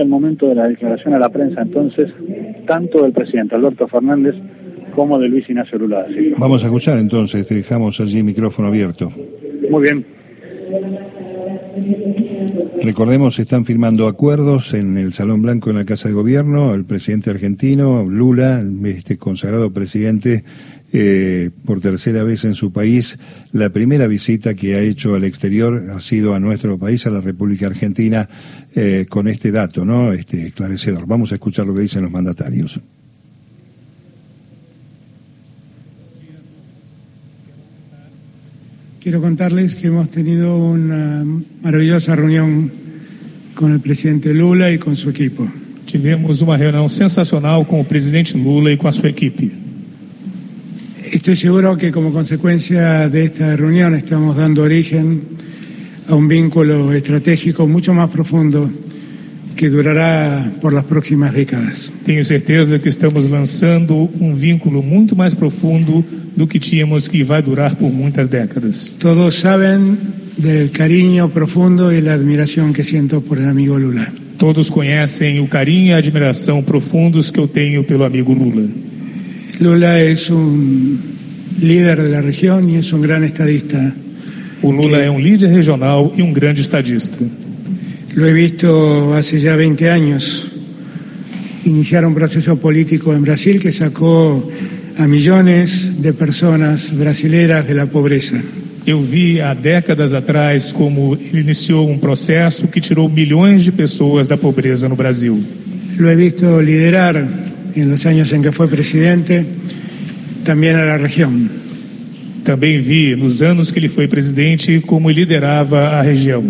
el momento de la declaración a la prensa entonces, tanto del presidente Alberto Fernández como de Luis Ignacio Lula da Silva. Vamos a escuchar entonces, te dejamos allí el micrófono abierto. Muy bien. Recordemos, están firmando acuerdos en el Salón Blanco en la Casa de Gobierno, el presidente argentino, Lula, este consagrado presidente, eh, por tercera vez en su país. La primera visita que ha hecho al exterior ha sido a nuestro país, a la República Argentina, eh, con este dato, ¿no? Este esclarecedor. Vamos a escuchar lo que dicen los mandatarios. Quiero contarles que hemos tenido una maravillosa reunión con el presidente Lula y con su equipo. Tivemos uma reunião sensacional com o presidente Lula e com a sua equipe. Estoy seguro que como consecuencia de esta reunión estamos dando origen a un vínculo estratégico mucho más profundo que durará por las próximas décadas. Tenho certeza que estamos lançando um vínculo muito mais profundo do que tínhamos que vai durar por muitas décadas. Todos saben del cariño profundo y la admiración que siento por el amigo Lula. Todos conhecem o carinho e a admiração profundos que eu tenho pelo amigo Lula. Lula es un líder de la región y es un gran estadista. O Lula é um líder regional e um grande estadista. Lo he visto hace ya 20 años iniciar un proceso político en Brasil que sacó a millones de personas brasileras de la pobreza. Eu vi há décadas atrás como ele iniciou um processo que tirou milhões de pessoas da pobreza no Brasil. Lo he visto liderar en los años en que fue presidente también a la región. Também vi, nos anos que ele foi presidente, como ele liderava a região.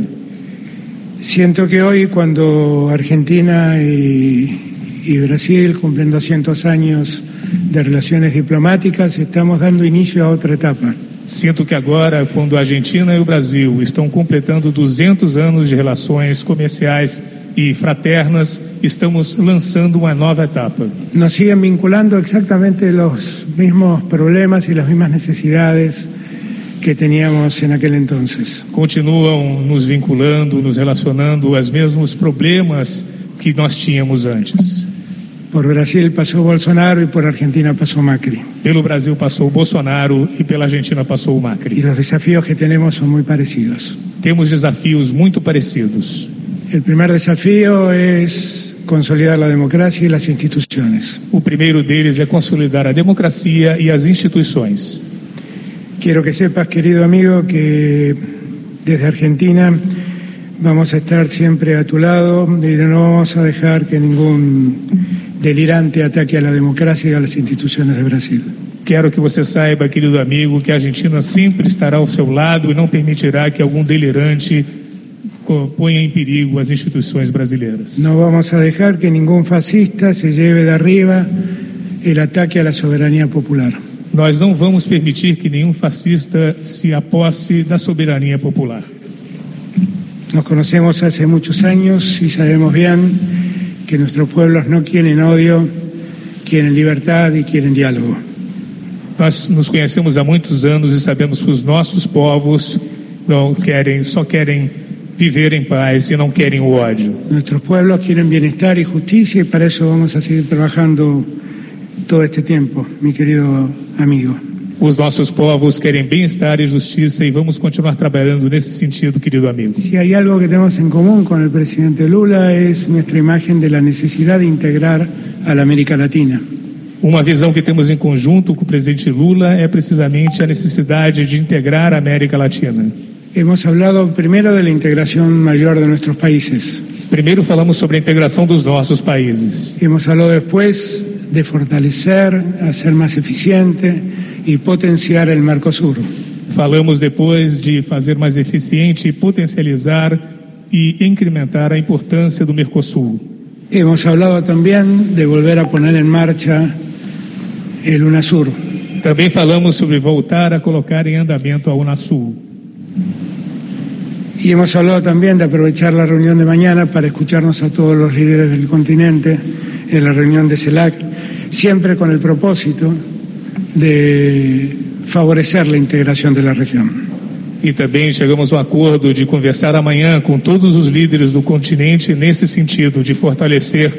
Siento que hoy cuando Argentina y, y Brasil cumplen 200 años de relaciones diplomáticas, estamos dando inicio a otra etapa. Sinto que agora, quando a Argentina e o Brasil estão completando 200 anos de relações comerciais e fraternas, estamos lançando uma nova etapa. Nos siguen vinculando exactamente los mismos problemas y las mismas necesidades que teníamos en aquel entonces. Continuam nos vinculando, nos relacionando aos mesmos problemas que nós tínhamos antes. Por Brasil pasó Bolsonaro y por Argentina pasó Macri. Pelo Brasil passou o Bolsonaro e pela Argentina passou o Y Macri. los desafíos que tenemos son muy parecidos. Temos desafios muito parecidos. El primer desafío es consolidar la democracia y las instituciones. O primeiro deles é consolidar a democracia e as instituições. Quiero que sepas, querido amigo, que desde Argentina vamos a estar siempre a tu lado y no vamos a dejar que ningún delirante ataque a la democracia y a las instituciones de Brasil. Quero que você saiba, querido amigo, que a Argentina sempre estará ao seu lado e não permitirá que algum delirante co- ponha em perigo as instituições brasileiras. No vamos a dejar que ningún fascista se lleve de arriba el ataque a la soberanía popular. Nós não vamos permitir que nenhum fascista se aposse da soberania popular. Nos conocemos hace muchos años y sabemos bien que nuestros pueblos no quieren odio, quieren libertad y quieren diálogo. Nós nos conhecemos há muitos anos e sabemos que os nossos povos não querem, só querem viver em paz e não querem o ódio. Nuestros pueblos quieren bienestar y justicia y para eso vamos a seguir trabajando todo este tiempo, mi querido amigo. Os nossos povos querem bem-estar e justiça e vamos continuar trabalhando nesse sentido, querido amigo. Si hay algo que tenemos en común con el presidente Lula es nuestra imagen de la necesidad de integrar a la América Latina. Uma visão que temos em conjunto com o presidente Lula é precisamente a necessidade de integrar a América Latina. Hemos hablado primero de la integración mayor de nuestros países. Primeiro falamos sobre a integração dos nossos países. Hemos hablado después de fortalecer, hacer más eficiente y potenciar el Mercosur. Falamos depois de fazer mais eficiente, potencializar e incrementar a importância do Mercosul. Hemos hablado también de volver a poner en marcha el UNASUR. Também falamos sobre voltar a colocar em andamento a Unasul. Y hemos hablado también de aprovechar la reunión de mañana para escucharnos a todos los líderes del continente en la reunión de CELAC, siempre con el propósito de favorecer la integración de la región. e também chegamos a um acordo de conversar amanhã com todos os líderes do continente nesse sentido, de fortalecer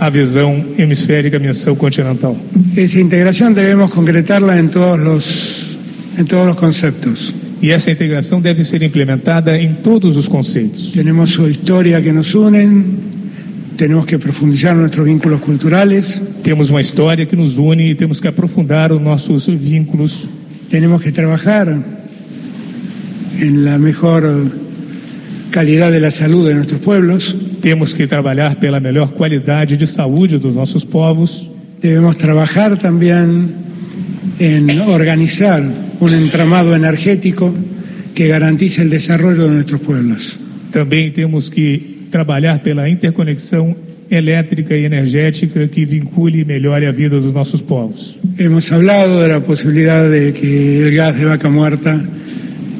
a visão hemisférica, a missão continental. Esa integración debemos concretarla en todos los, en todos los conceptos. E essa integração deve ser implementada em todos os conceitos. Tenemos su historia que nos unen, tenemos que profundizar nuestros vínculos culturales, Temos uma história que nos une e temos que aprofundar os nossos vínculos. tenemos que trabajar en la mejor calidad de la salud de nuestros pueblos, Temos que trabalhar pela melhor qualidade de saúde dos nossos povos. debemos trabajar también en organizar un entramado energético que garantice el desarrollo de nuestros pueblos. Também temos que trabalhar pela interconexão elétrica e energética que vincule e melhore a vida dos nossos povos. Hemos hablado de la posibilidad de que el gas de vaca muerta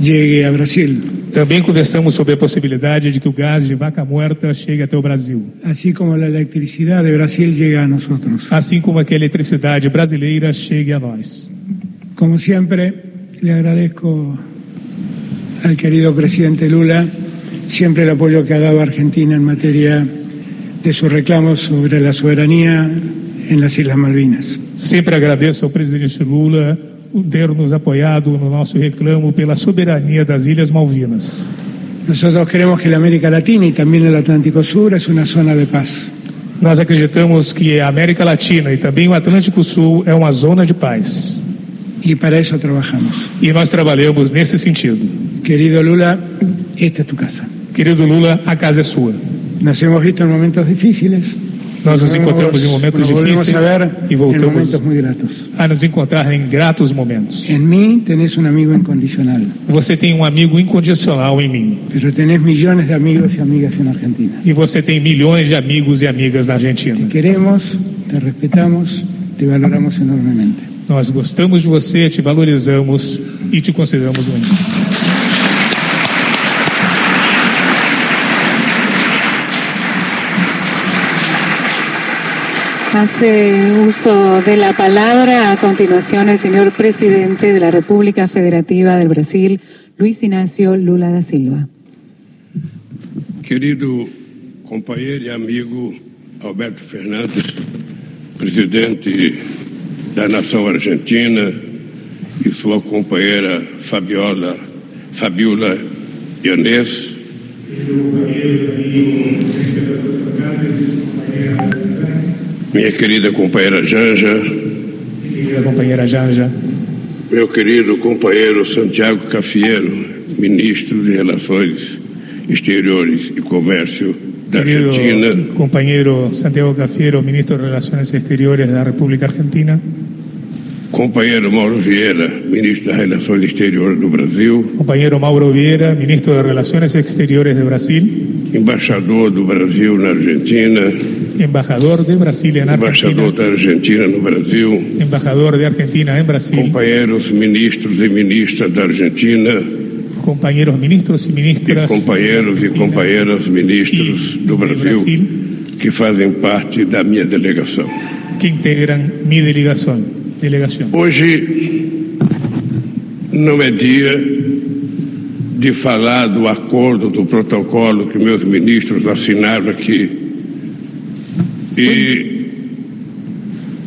llegue a Brasil, Também conversamos sobre a possibilidade de que o gás de vaca muerta chegue até o Brasil, así como la electricidad de Brasil llega a nosotros. assim como a que a eletricidade brasileira chegue a nós. Como siempre, le agradezco al querido presidente Lula siempre el apoyo que ha dado a Argentina en materia de sus reclamos sobre la soberanía en las Islas Malvinas. Sempre agradeço ao presidente Lula por ter nos apoiado no nosso reclamo pela soberania das Ilhas Malvinas. Nosotros creemos que la América Latina y también el Atlántico Sur es una zona de paz. Nós acreditamos que a América Latina e também o Atlântico Sul é uma zona de paz. Y para eso trabajamos. E nós trabalhamos nesse sentido. Querido Lula, esta es tu casa. Querido Lula, a casa é sua. Nos hemos visto en momentos difíciles. Nós nos encontramos em momentos nos volvemos difíceis a ver e en voltamos momentos muy gratos. a nos encontrar em gratos momentos. En mí tenés un amigo incondicional. Você tem um amigo incondicional em mim. Pero tenés millones de amigos y amigas en Argentina. E você tem milhões de amigos e amigas na Te Argentina. queremos, te respetamos, te valoramos enormemente. Nós gostamos de você, te valorizamos e te consideramos um amigo. Hace uso de la palabra a continuación el señor presidente de la República Federativa del Brasil, Luis Ignacio Lula da Silva. Querido companheiro e amigo Alberto Fernandes, presidente da nação argentina, e sua companheira Fabiola, Fabiola Dionês, minha querida companheira Janja, Querida companheira Janja, meu querido companheiro Santiago Cafiero, ministro de Relações Exteriores e Comércio da Argentina. querido companheiro Santiago Cafiero, ministro de Relações Exteriores da República Argentina, Companheiro Mauro Vieira, ministro das Relações Exteriores do Brasil, companheiro Mauro Vieira, ministro de Relações Exteriores de Brasil, embaixador do Brasil na Argentina, embajador de Brasília na Argentina, embaixador da Argentina no Brasil, embajador de Argentina en Brasil, companheiros ministros e ministras da Argentina, compañeros ministros y e ministras companheiros e companheiras ministros do de Brasil Brasil que fazem parte da minha delegação. que integran mi delegación. delegación. Hoje não é dia de falar do acordo, do protocolo que meus ministros assinaram aqui e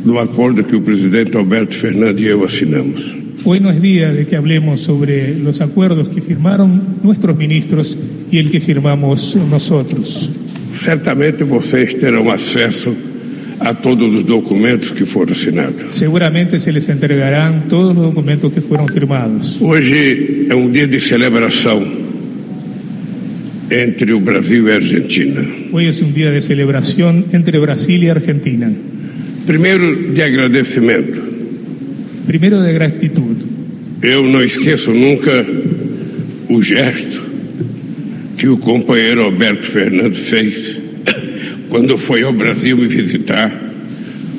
do acordo que o presidente Alberto Fernandes e eu assinamos. Hoy no es día de que hablemos sobre los acuerdos que firmaron nuestros ministros y el que firmamos nosotros. Certamente vocês terão acesso a todos os documentos que foram assinados. Seguramente se les entregarán todos los documentos que fueron firmados. Hoje é um dia de celebração entre o Brasil e a Argentina. Hoy es un día de celebración entre Brasil y Argentina. Primeiro, de agradecimento. Primero de gratitud. Eu não esqueço nunca o gesto que o companheiro Alberto Fernandes fez quando foi ao Brasil me visitar,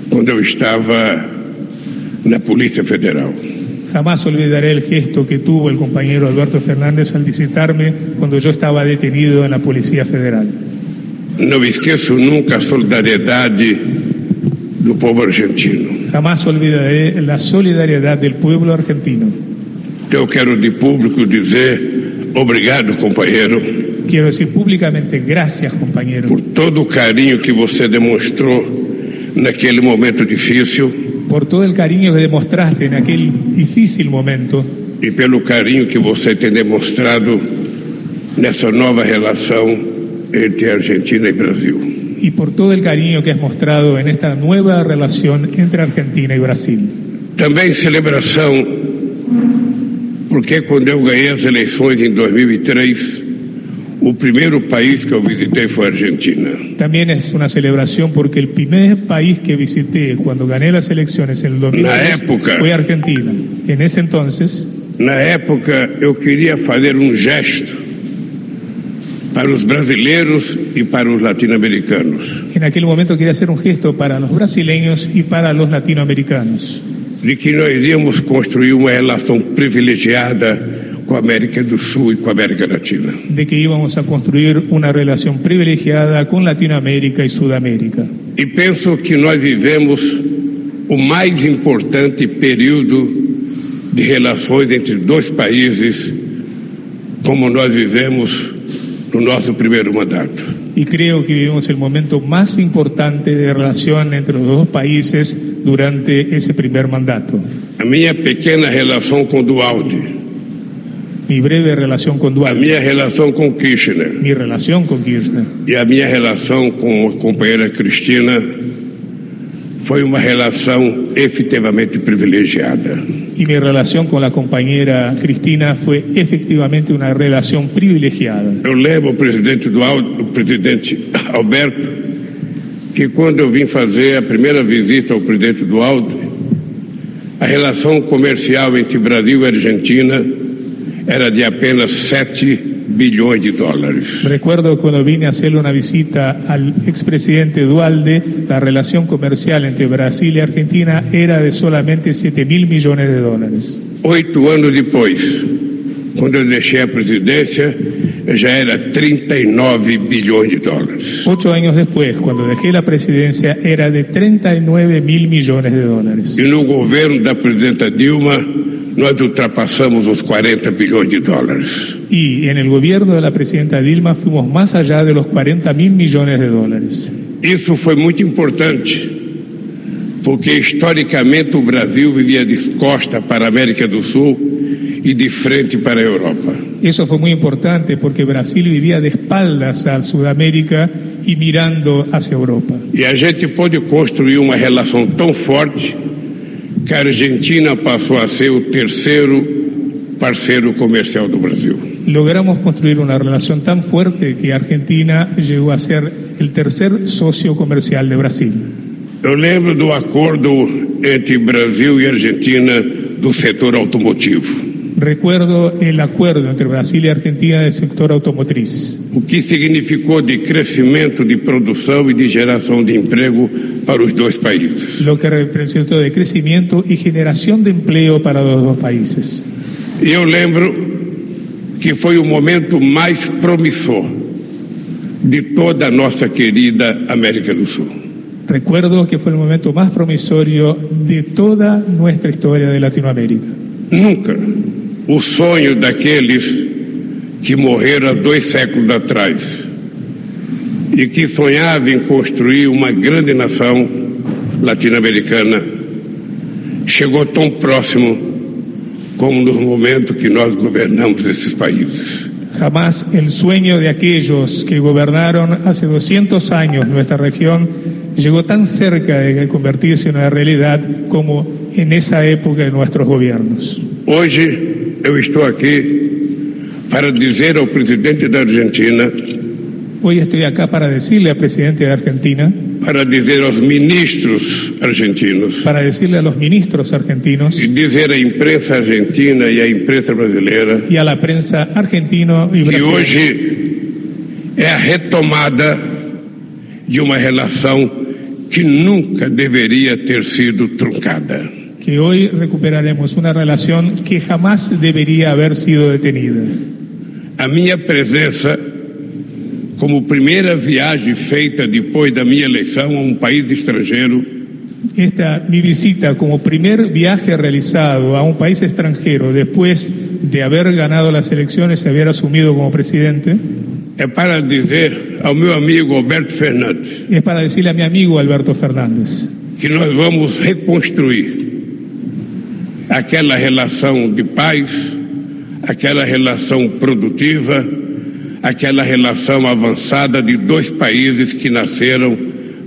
quando eu estava na Polícia Federal. Jamás olvidaré el gesto que tuvo el compañero Alberto Fernández al visitarme cuando yo estaba detenido en la Policía Federal. Não esqueço nunca a solidariedade do povo argentino. Jamás olvidaré la solidaridad del pueblo argentino. Então eu quero de público dizer obrigado, companheiro, Quiero decir públicamente gracias, compañero, por todo o carinho que você demonstrou naquele momento difícil por todo el cariño que demostraste en aquel difícil momento e pelo carinho que você tem demonstrado nessa nova relação entre Argentina e Brasil. y por todo el cariño que has mostrado en esta nueva relación entre Argentina y Brasil. Também celebração, porque quando eu ganhei as eleições em 2003, o primeiro país que eu visitei foi a Argentina. También es una celebración porque el primer país que visité cuando gané las elecciones en el 2010 La época. fue Argentina. En ese entonces Na época, eu queria fazer um gesto para os brasileiros e para os latino-americanos, En aquel momento quería hacer un gesto para los brasileños y para los latinoamericanos, de que nós iríamos construir uma relação privilegiada com a América do Sul e com a América Latina. de que íbamos a construir una relación privilegiada con Latinoamérica y Sudamérica. E penso que nós vivemos o mais importante período de relações entre dois países, como nós vivemos no nosso primeiro mandato. Y creo que vivimos el momento más importante de relación entre los dos países durante ese primer mandato. A minha pequena relação com Dualdi. Mi breve relación con a Duarte, minha relação com Kirchner mi relación con Kirchner e a minha relação com a companheira Cristina foi uma relação efetivamente privilegiada. y mi relación con la compañera Cristina fue efectivamente una relación privilegiada. Eu lembro o presidente do Al- o presidente Alberto que quando eu vim fazer a primeira visita ao presidente do Aldo, a relação comercial entre Brasil e Argentina era de apenas 7 bilhões de dólares. Recuerdo cuando vine a hacerle una visita al expresidente Dualde, la relación comercial entre Brasil y Argentina era de solamente 7 mil millones de dólares. Oito anos depois, quando eu deixei a presidência, eu já era 39 bilhões de dólares. Ocho años después, cuando dejé la presidencia, era de 39 mil millones de dólares. E no governo da presidenta Dilma, nós ultrapassamos os 40 bilhões de dólares. Y en el gobierno de la presidenta Dilma fuimos más allá de los 40 mil millones de dólares. Isso foi muito importante, porque historicamente o Brasil vivia de costa para a América do Sul e de frente para a Europa. Eso fue muy importante porque Brasil vivía de espaldas a Sudamérica y mirando hacia Europa. E a gente pôde construir uma relação tão forte que a Argentina passou a ser o terceiro parceiro comercial do Brasil. logramos construir una relación tan fuerte que Argentina llegó a ser el tercer socio comercial de Brasil. Eu lembro do acordo entre Brasil e Argentina do setor automotivo, Recuerdo el acuerdo entre Brasil y Argentina del sector automotriz, o que significou de crescimento de produção e de geração de emprego para os dois países. lo que representó de crecimiento y generación de empleo para los dos países. E eu lembro que foi o momento mais promissor de toda a nossa querida América do Sul. Recuerdo que fue el momento más promisorio de toda nuestra historia de Latinoamérica. Nunca o sonho daqueles que morreram há dois séculos atrás e que sonhavam em construir uma grande nação latino-americana chegou tão próximo como no momento que nós governamos esses países. Jamás el sueño de aquellos que gobernaron hace 200 años nuestra región llegó tan cerca de convertirse en una realidad como en esa época de nuestros gobiernos. Hoje eu estou aqui para dizer ao presidente da Argentina, Hoy estoy acá para decirle al presidente de Argentina, para dizer aos ministros argentinos, para decirle a los ministros argentinos e dizer à imprensa argentina e à imprensa brasileira y a la prensa argentino y que brasileña hoje é a retomada de uma relação que nunca deveria ter sido truncada. que hoy recuperaremos una relación que jamás debería haber sido detenida. A minha presença, como primeira viagem feita depois da minha eleição a um país estrangeiro, esta mi visita como primer viaje realizado a un país extranjero después de haber ganado las elecciones y haber asumido como presidente, é para dizer ao meu amigo Alberto Fernandes es para decirle a mi amigo Alberto Fernández que nós vamos reconstruir aquela relação de paz, aquela relação produtiva, aquela relação avançada de dois países que nasceram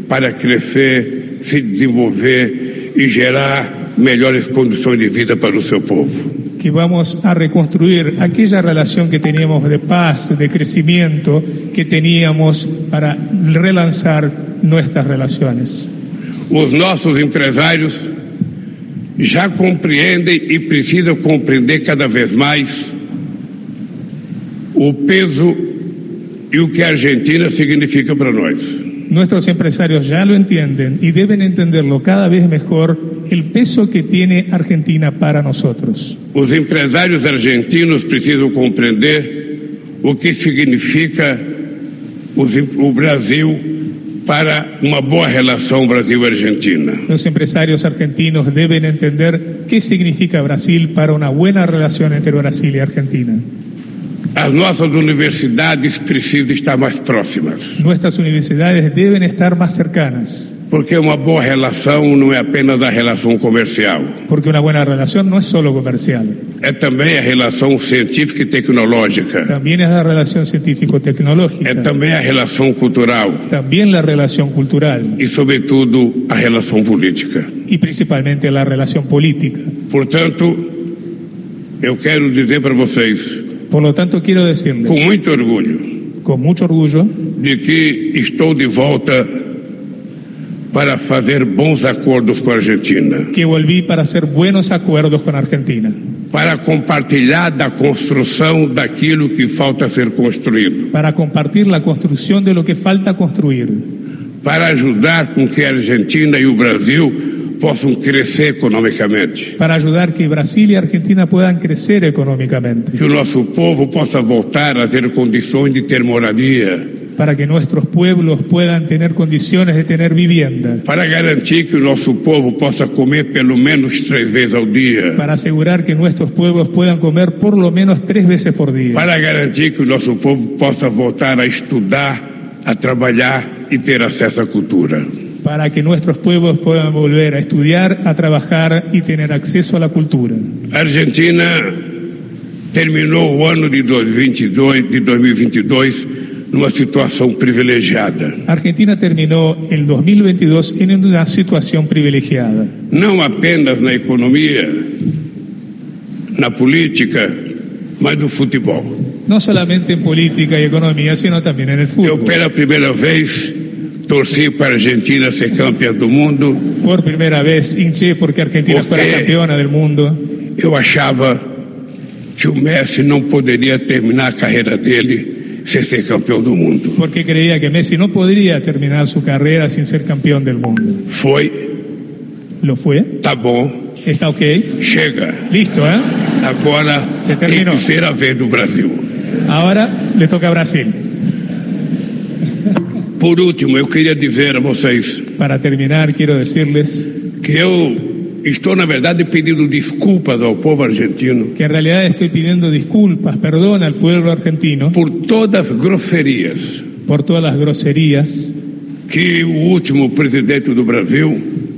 para crescer, se desenvolver e gerar melhores condições de vida para o seu povo. que vamos a reconstruir aquella relación que teníamos de paz, de crecimiento que teníamos para relanzar nuestras relaciones. Os nossos empresários já compreendem e precisam compreender cada vez mais o peso e o que a Argentina significa para nós. Nuestros empresarios ya lo entienden y deben entenderlo cada vez mejor el peso que tiene Argentina para nosotros. Os empresários argentinos precisam compreender o que significa os em- o Brasil para uma boa relação Brasil-Argentina. Los empresarios argentinos deben entender qué significa Brasil para una buena relación entre Brasil y Argentina. As nossas universidades precisam estar mais próximas, Nuestras universidades deben estar más cercanas, porque uma boa relação não é apenas a relação comercial, porque una buena relación no es solo comercial, é também a relação científica e tecnológica, también es la relación é científico-tecnológica, também a relação cultural también la relación cultural e, sobretudo, a relação política. y principalmente la relación política. Portanto, eu quero dizer para vocês, Por lo tanto, quiero com decirles muito orgulho, con mucho orgullo de que estou de volta para fazer bons acordos com a Argentina, que volví para hacer buenos acuerdos con Argentina, para compartilhar da construção daquilo que falta ser construído, para compartir la construcción de lo que falta construir, para ajudar com que a Argentina e o Brasil possam crescer economicamente, para ayudar que Brasil y Argentina puedan crecer económicamente, que o nosso povo possa voltar a ter condições de ter moradia, para que nuestros pueblos puedan tener condiciones de tener vivienda, para garantir que o nosso povo possa comer pelo menos três vezes ao dia. para asegurar que nuestros pueblos puedan comer por lo menos tres veces por día, para garantir que o nosso povo possa voltar a estudar, a trabalhar e ter acesso à cultura. para que nuestros pueblos puedan volver a estudiar, a trabajar y tener acceso a la cultura. A Argentina terminou o ano de 2022, de 2022 numa situação privilegiada, Argentina terminó el 2022 en una situación privilegiada, não apenas na economia, na política, mas no futebol. no solamente en política y economía, sino también en el Eu fútbol. pela primeira vez torci para a Argentina ser campeã do mundo. Por primera vez hinché porque Argentina Ok. fuera campeona del mundo. Eu achava que o Messi não poderia terminar a carreira dele sem ser campeão do mundo. Porque creía que Messi no podría terminar su carrera sin ser campeón del mundo. Foi, Lo fue. tá bom, Está ok. chega. Listo, ¿eh? Agora Você tem terminou. que ser a vez do Brasil. Ahora le toca a Brasil. Por último, eu queria dizer a vocês Para terminar, quiero decirles que eu estou, na verdade, pedindo desculpas ao povo argentino que en realidad estoy pidiendo disculpas, perdón al pueblo argentino por todas as grosserias por todas las groserías que o último presidente do Brasil,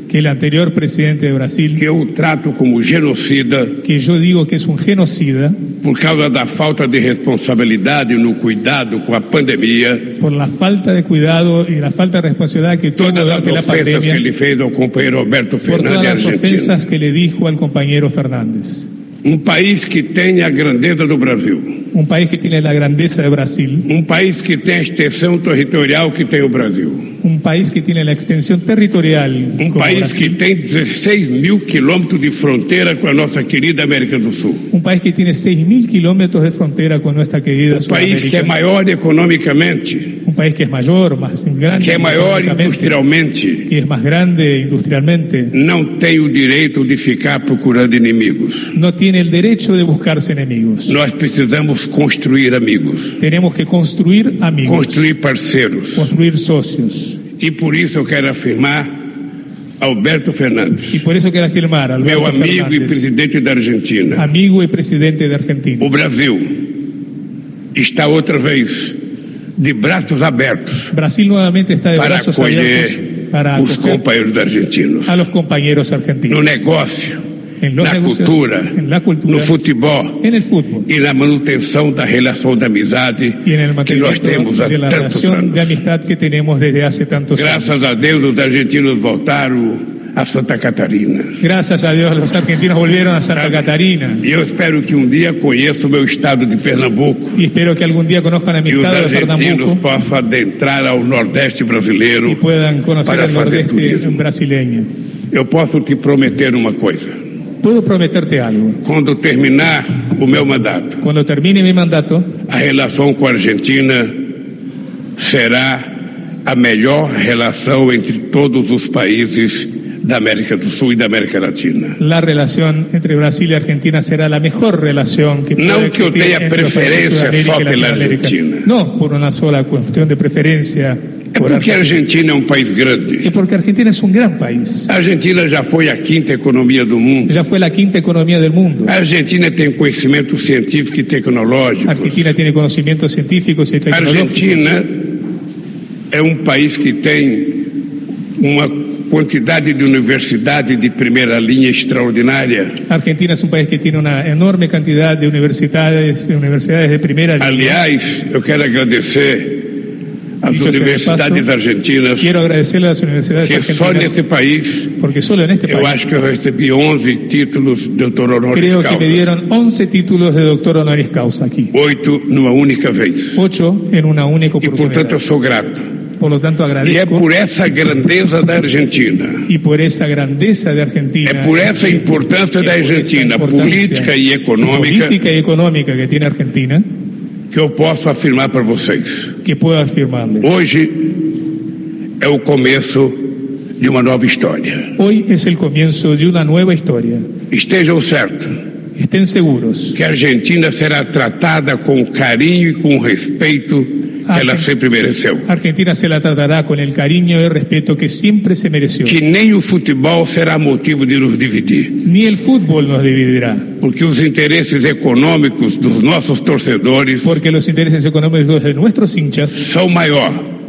que el anterior presidente de que Brasil, eu trato como genocida, que yo digo que es un genocida, por causa da falta de responsabilidade no cuidado com a pandemia, por la falta de cuidado y la falta de responsabilidad que tuvo todas as durante la ofensas que pandemia, ele fez ao companheiro Alberto por todas Fernandes las Argentina. ofensas que le dijo al compañero Fernández. Um país que tem a grandeza do Brasil, Un país que tiene la grandeza de Brasil, um país que tem a extensão territorial que tem o Brasil, un país que tiene la extensión territorial um como país que Brasil, tem 16 mil quilômetros de fronteira com a nossa querida América do Sul, Um un país que tiene 6.000 kilómetros de frontera con nuestra querida um país que é Sudamérica. maior economicamente, un país que es mayor, más grande, que é maior económicamente, industrialmente, que es más grande industrialmente, não tem o direito de ficar procurando inimigos. no tiene el derecho de buscarse enemigos. Nós precisamos construir amigos. Tenemos que construir amigos, construir parceiros. construir socios. E por isso eu quero afirmar Alberto Fernandes, E por isso eu quero afirmar, Alberto meu amigo e Fernandes, presidente da Argentina. amigo e presidente da Argentina. O Brasil está outra vez de braços abertos Brasil nuevamente está de para brazos acolher abiertos para os acoger companheiros argentinos a los compañeros no argentinos negócio, en los na negocios, cultura, en la no cultura, futebol en el fútbol e na manutenção da relação de amizade y en el que nós temos mantenimiento há de la tantos relación de anos. amistad que tenemos desde hace tantos años. Graças a Deus, os argentinos voltaram a Santa Catarina. Gracias a Dios los argentinos volvieron a Santa Catarina E eu espero que um dia conheça o meu estado de Pernambuco y espero que algún día conozcan a mi e os estado de argentinos Pernambuco possam adentrar ao Nordeste y brasileiro. puedan conocer para el hacer nordeste turismo. brasileño. Eu posso te prometer uma coisa: Puedo prometerte algo. quando terminar o meu mandato, Cuando termine mi mandato, a relação com a Argentina será a melhor relação entre todos os países da América do Sul e da América Latina. la relación entre Brasil y Argentina será la mejor relación que No pueda que existir usted haya entre los países de preferencia Sudamérica y sobre la Latinoamérica. Argentina. No por una sola cuestión de preferencia. É por porque a Argentina. Argentina é um país Y grande. porque Argentina es un gran país. A Argentina já foi a quinta economia do mundo. Ya fue la quinta economía del mundo. A Argentina tem conhecimento científico e tecnológico. Argentina tiene conocimientos científicos y A tecnológicos. Argentina é um país que tem uma quantidade de universidade de primeira linha extraordinária. Argentina es un país que tiene una enorme cantidad de universidades, de universidades de primera línea. Aliás, eu quero agradecer às Dicho sea de universidades paso, argentinas, Quiero agradecerle a las universidades que só nesse argentinas Este país porque solo en este eu país acho que eu recebi 11 títulos de doutor honoris creo que me causa, dieron 11 títulos de doctor honoris causa aquí. oito numa única vez. Ocho en una única E portanto oportunidad. eu sou grato. Por lo tanto E é agradezco por essa grandeza da Argentina. y por esa grandeza de Argentina. É por essa importância y da É por esa Argentina, importancia política e econômica, política y económica que tiene Argentina, que eu posso afirmar para vocês. que puedo afirmarles. Hoje é o começo de uma nova história. Hoy es el comienzo de una nueva historia. Estejam certos Estén seguros que a Argentina será tratada com o carinho e com o respeito Ah, que ela sempre mereceu. Argentina se la tratará con el cariño y respeto que siempre se mereció. Que nem o futebol será motivo de nos dividir, Ni el fútbol nos dividirá, porque os interesses econômicos dos nossos torcedores porque los intereses económicos de nuestros hinchas são maior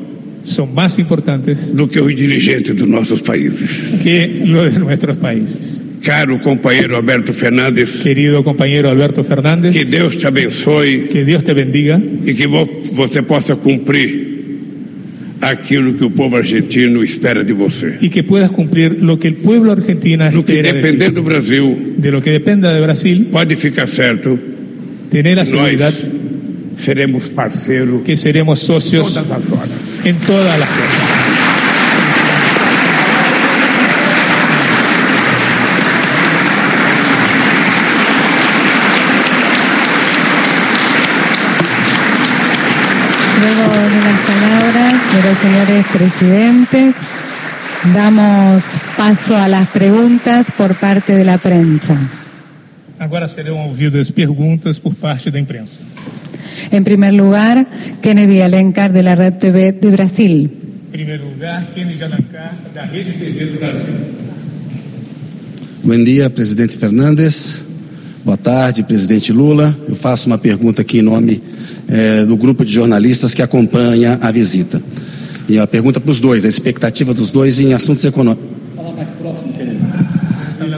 son más importantes do que os dirigentes dos nossos países. que los de nuestros países. Caro companheiro Alberto Fernandes, Querido compañero Alberto Fernández, que Deus te abençoe que Dios te bendiga e que vo- você possa cumprir aquilo que o povo argentino espera de você. y que puedas cumplir lo que el pueblo argentino No que espera de, ti. depender do Brasil, De lo que dependa de Brasil, pode ficar certo, tener la seguridad nós seremos parceiro que seremos socios todas as horas. en todas las cosas. Luego de las palabras de los señores presidentes, damos paso a las preguntas por parte de la prensa. Agora serão ouvidas perguntas por parte da imprensa. En primer lugar, Kennedy Alencar de la Red TV de Brasil. Em primeiro lugar, Kennedy Alencar, da Rede TV do Brasil. Bom dia, presidente Fernandes. Boa tarde, presidente Lula. Eu faço uma pergunta aqui em nome eh, do grupo de jornalistas que acompanha a visita. E a pergunta para os dois, a expectativa dos dois em assuntos econômicos.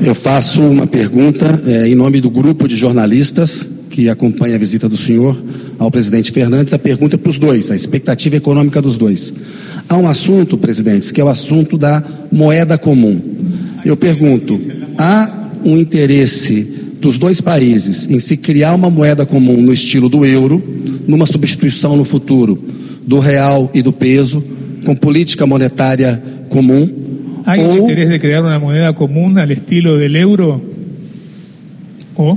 Eu faço uma pergunta eh, em nome do grupo de jornalistas que acompanha a visita do senhor ao presidente Fernandes. A pergunta é para os dois, a expectativa econômica dos dois. Há um assunto, presidentes, que é o assunto da moeda comum. Eu pergunto: há um interesse dos dois países em se criar uma moeda comum no estilo do euro, numa substituição no futuro do real e do peso, com política monetária comum? Há o ou interés de crear una moneda común al estilo del euro? ¿O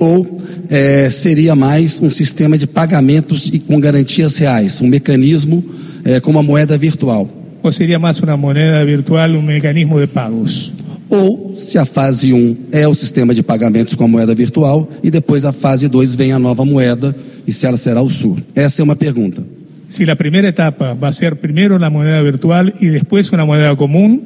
ou eh, seria mais um sistema de pagamentos e com garantias reais, um mecanismo eh, como a moeda virtual? o sería más una moneda virtual, un mecanismo de pagos? Ou se a fase 1 é o sistema de pagamentos com a moeda virtual e depois a fase 2 vem a nova moeda e se ela será o SUR? Essa é uma pergunta. Si la primera etapa va a ser primero la moneda virtual y después una moneda común,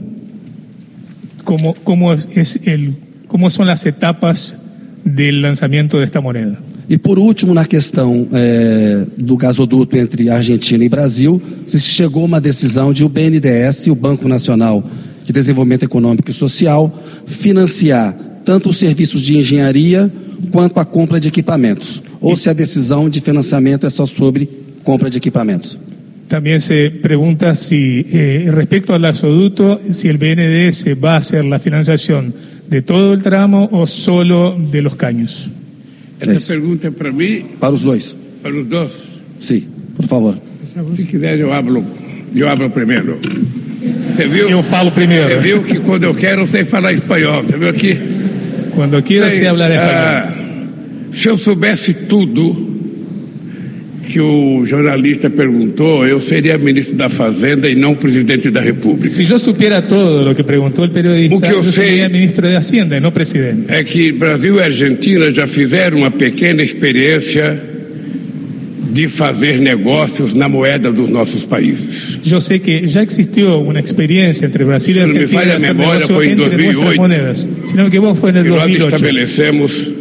cómo, cómo, es el, cómo son las etapas del lançamento desta moneda. E por último, na questão eh, do gasoduto entre Argentina e Brasil, se chegou uma decisão de o BNDES, o Banco Nacional de Desenvolvimento Econômico e Social, financiar tanto os serviços de engenharia quanto a compra de equipamentos. Ou se a decisão de financiamento é só sobre compra de equipamentos. También se pregunta si, eh, respecto al gasoducto, si el BNDES va a hacer la financiación de todo el tramo o solo de los caños. Essa Isso. pergunta é para mim, Para os dois. para os dois. Sim, por favor. Se quiser, eu abro, eu abro primeiro. Você viu? Yo falo primero. Você viu que quando eu quero, eu sei falar espanhol. Você viu aqui? Cuando quiera Sei, se hablará español. ah, se eu soubesse tudo que o jornalista perguntou, eu seria ministro da Fazenda e não presidente da República. Si yo supiera todo lo que preguntó el periodista, Porque yo yo sé- sería ministro de Hacienda y no presidente. É que Brasil e Argentina já fizeram uma pequena experiência de fazer negócios na moeda dos nossos países. Yo sé que ya existió una experiencia entre Brasil y Si no me Argentina falla de hacer memoria, negocio fue en entre 2008. nuestras monedas, sino que vos fue en el E nós 2008. estabelecemos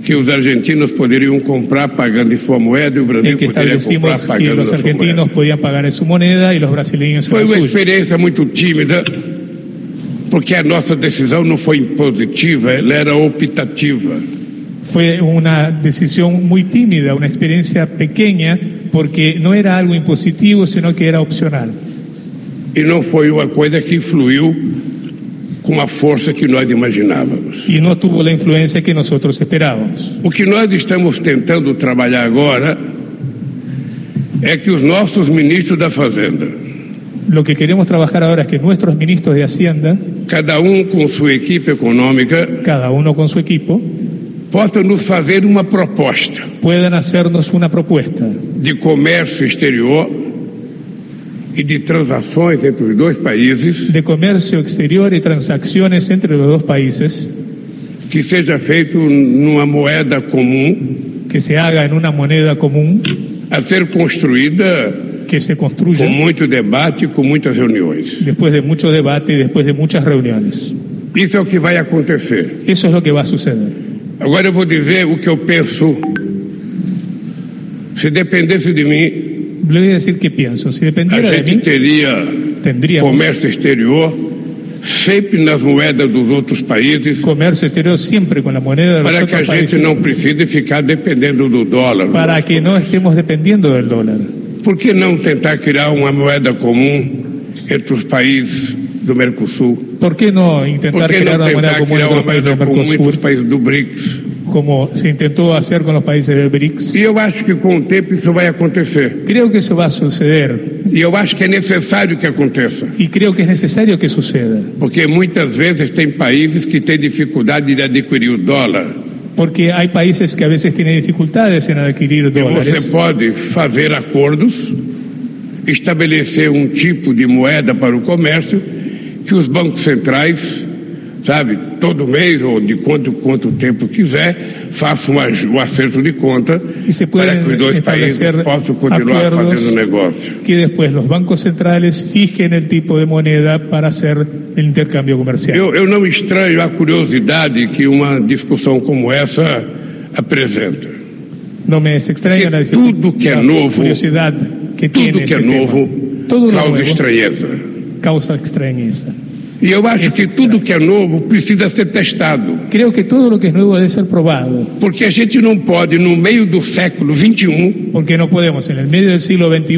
que os argentinos poderiam comprar pagando em sua moeda e o en Brasil É que poderia comprar establecimos que pagando na los sua argentinos moeda. podían pagar en su moneda y los brasileños Foi en uma la suya. experiência é muito tímida, porque a nossa decisão não foi impositiva, ela era optativa. Fue una decisión muy tímida, una experiencia pequeña, porque no era algo impositivo, sino que era opcional. E não foi uma coisa que influiu com a força que nós imaginávamos. Y no tuvo la influencia que nosotros esperábamos. O que nós estamos tentando trabalhar agora é que os nossos ministros da Fazenda, Lo que queremos trabajar ahora es que nuestros ministros de Hacienda, cada um com sua equipe econômica, cada uno con su equipo, possam nos fazer uma proposta puedan hacernos una propuesta de comércio exterior e de transações entre os dois países de comercio exterior y transacciones entre los dos países que seja feito numa moeda comum que se haga en una moneda común, a ser construída que se com construya muito debate e com muitas reuniões. después de mucho debate y después de muchas reuniones. Isso é o que vai acontecer. Eso es lo que va a suceder. Agora eu vou dizer o que eu penso. Se dependesse de mim, Le voy a decir qué pienso. Si a dependiera de gente mí, teria tendríamos comércio exterior sempre nas moedas dos outros países, comercio exterior siempre con la moneda de los para que a otros gente países não precise ficar dependendo do dólar. para que no estemos dependiendo del dólar. Por que não tentar criar uma moeda comum entre os países do Mercosul? ¿Por qué no Por intentar que crear não una moneda tentar común criar entre uma los países moeda del comum entre os Mercosur, países do BRICS? como se intentó hacer con los países del BRICS? E eu acho que com o tempo isso vai acontecer. Creo que eso va a suceder E eu acho que é necessário que aconteça. y creo que es necesario que suceda, Porque muitas vezes tem países que têm dificuldade de adquirir o dólar. porque hay países que a veces tienen dificultades en adquirir E você dólares. pode fazer acordos, estabelecer um tipo de moeda para o comércio que os bancos centrais, sabe, todo mês ou de quanto quanto tempo quiser, façam um aj- um acerto de conta E se para podem que os dois países estabelecer possam continuar acordos fazendo negócio. que después los bancos centrales fijen el tipo de moneda para hacer el intercambio comercial. Eu, eu não estranho a curiosidade que uma discussão como essa apresenta. No me es extraña que la, dificu- tudo que é la novo, curiosidad que Tudo tiene que é ese tema. novo Todo lo causa nuevo estranheza. causa extrañeza. E eu acho Esse que tudo que é novo precisa ser testado. Creo que todo lo que es nuevo debe ser probado, Porque a gente não pode, no meio do século um, XXI, porque no podemos en el medio del siglo XXI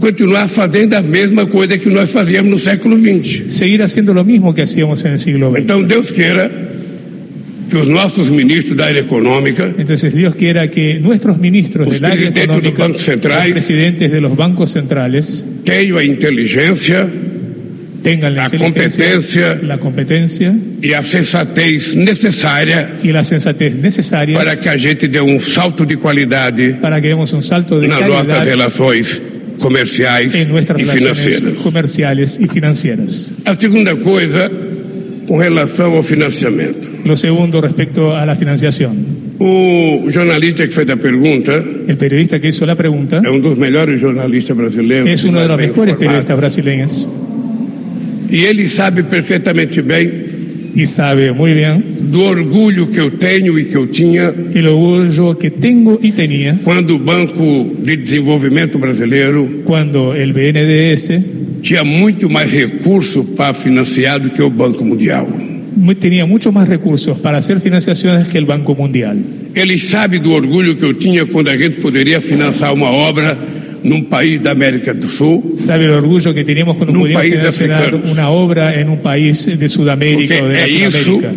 continuar fazendo a mesma coisa que nós fazíamos no século XX. seguir haciendo lo mismo que hacíamos en el siglo XX. Então, Deus queira que os nossos ministros da área econômica, Entonces Dios quiera que nuestros ministros Os del área presidentes de los económica, bancos centrales, los presidentes de los bancos centrales, tenham a inteligência tengan la A inteligencia, competencia. la competencia e a sensatez necessária y la sensatez necesarias para que a gente dê um salto de qualidade para que demos un salto de nas nossas calidad relações comerciais en nuestras e relaciones financeiras. comerciales y financieras. A segunda coisa, com relação ao financiamento. Lo segundo respecto a la financiación. O jornalista que fez a pergunta El periodista que hizo la pregunta é um dos melhores jornalistas brasileiros. es uno de los mais bem mejores informado. periodistas brasileños E ele sabe perfeitamente bem y sabe muy bien do orgulho que eu tenho e que eu tinha el orgullo que tengo y tenía quando o Banco de Desenvolvimento Brasileiro cuando el BNDES tinha muito mais recurso para financiar do que o Banco Mundial. mu- tenía muchos más recursos para hacer financiaciones que el Banco Mundial. Ele sabe do orgulho que eu tinha quando a gente poderia financiar uma obra num país da América do Sul, Sabe el orgullo que teníamos cuando En un pudimos país de financiar africanos. e una obra en un país de porque Sudamérica o de é isso Latinoamérica.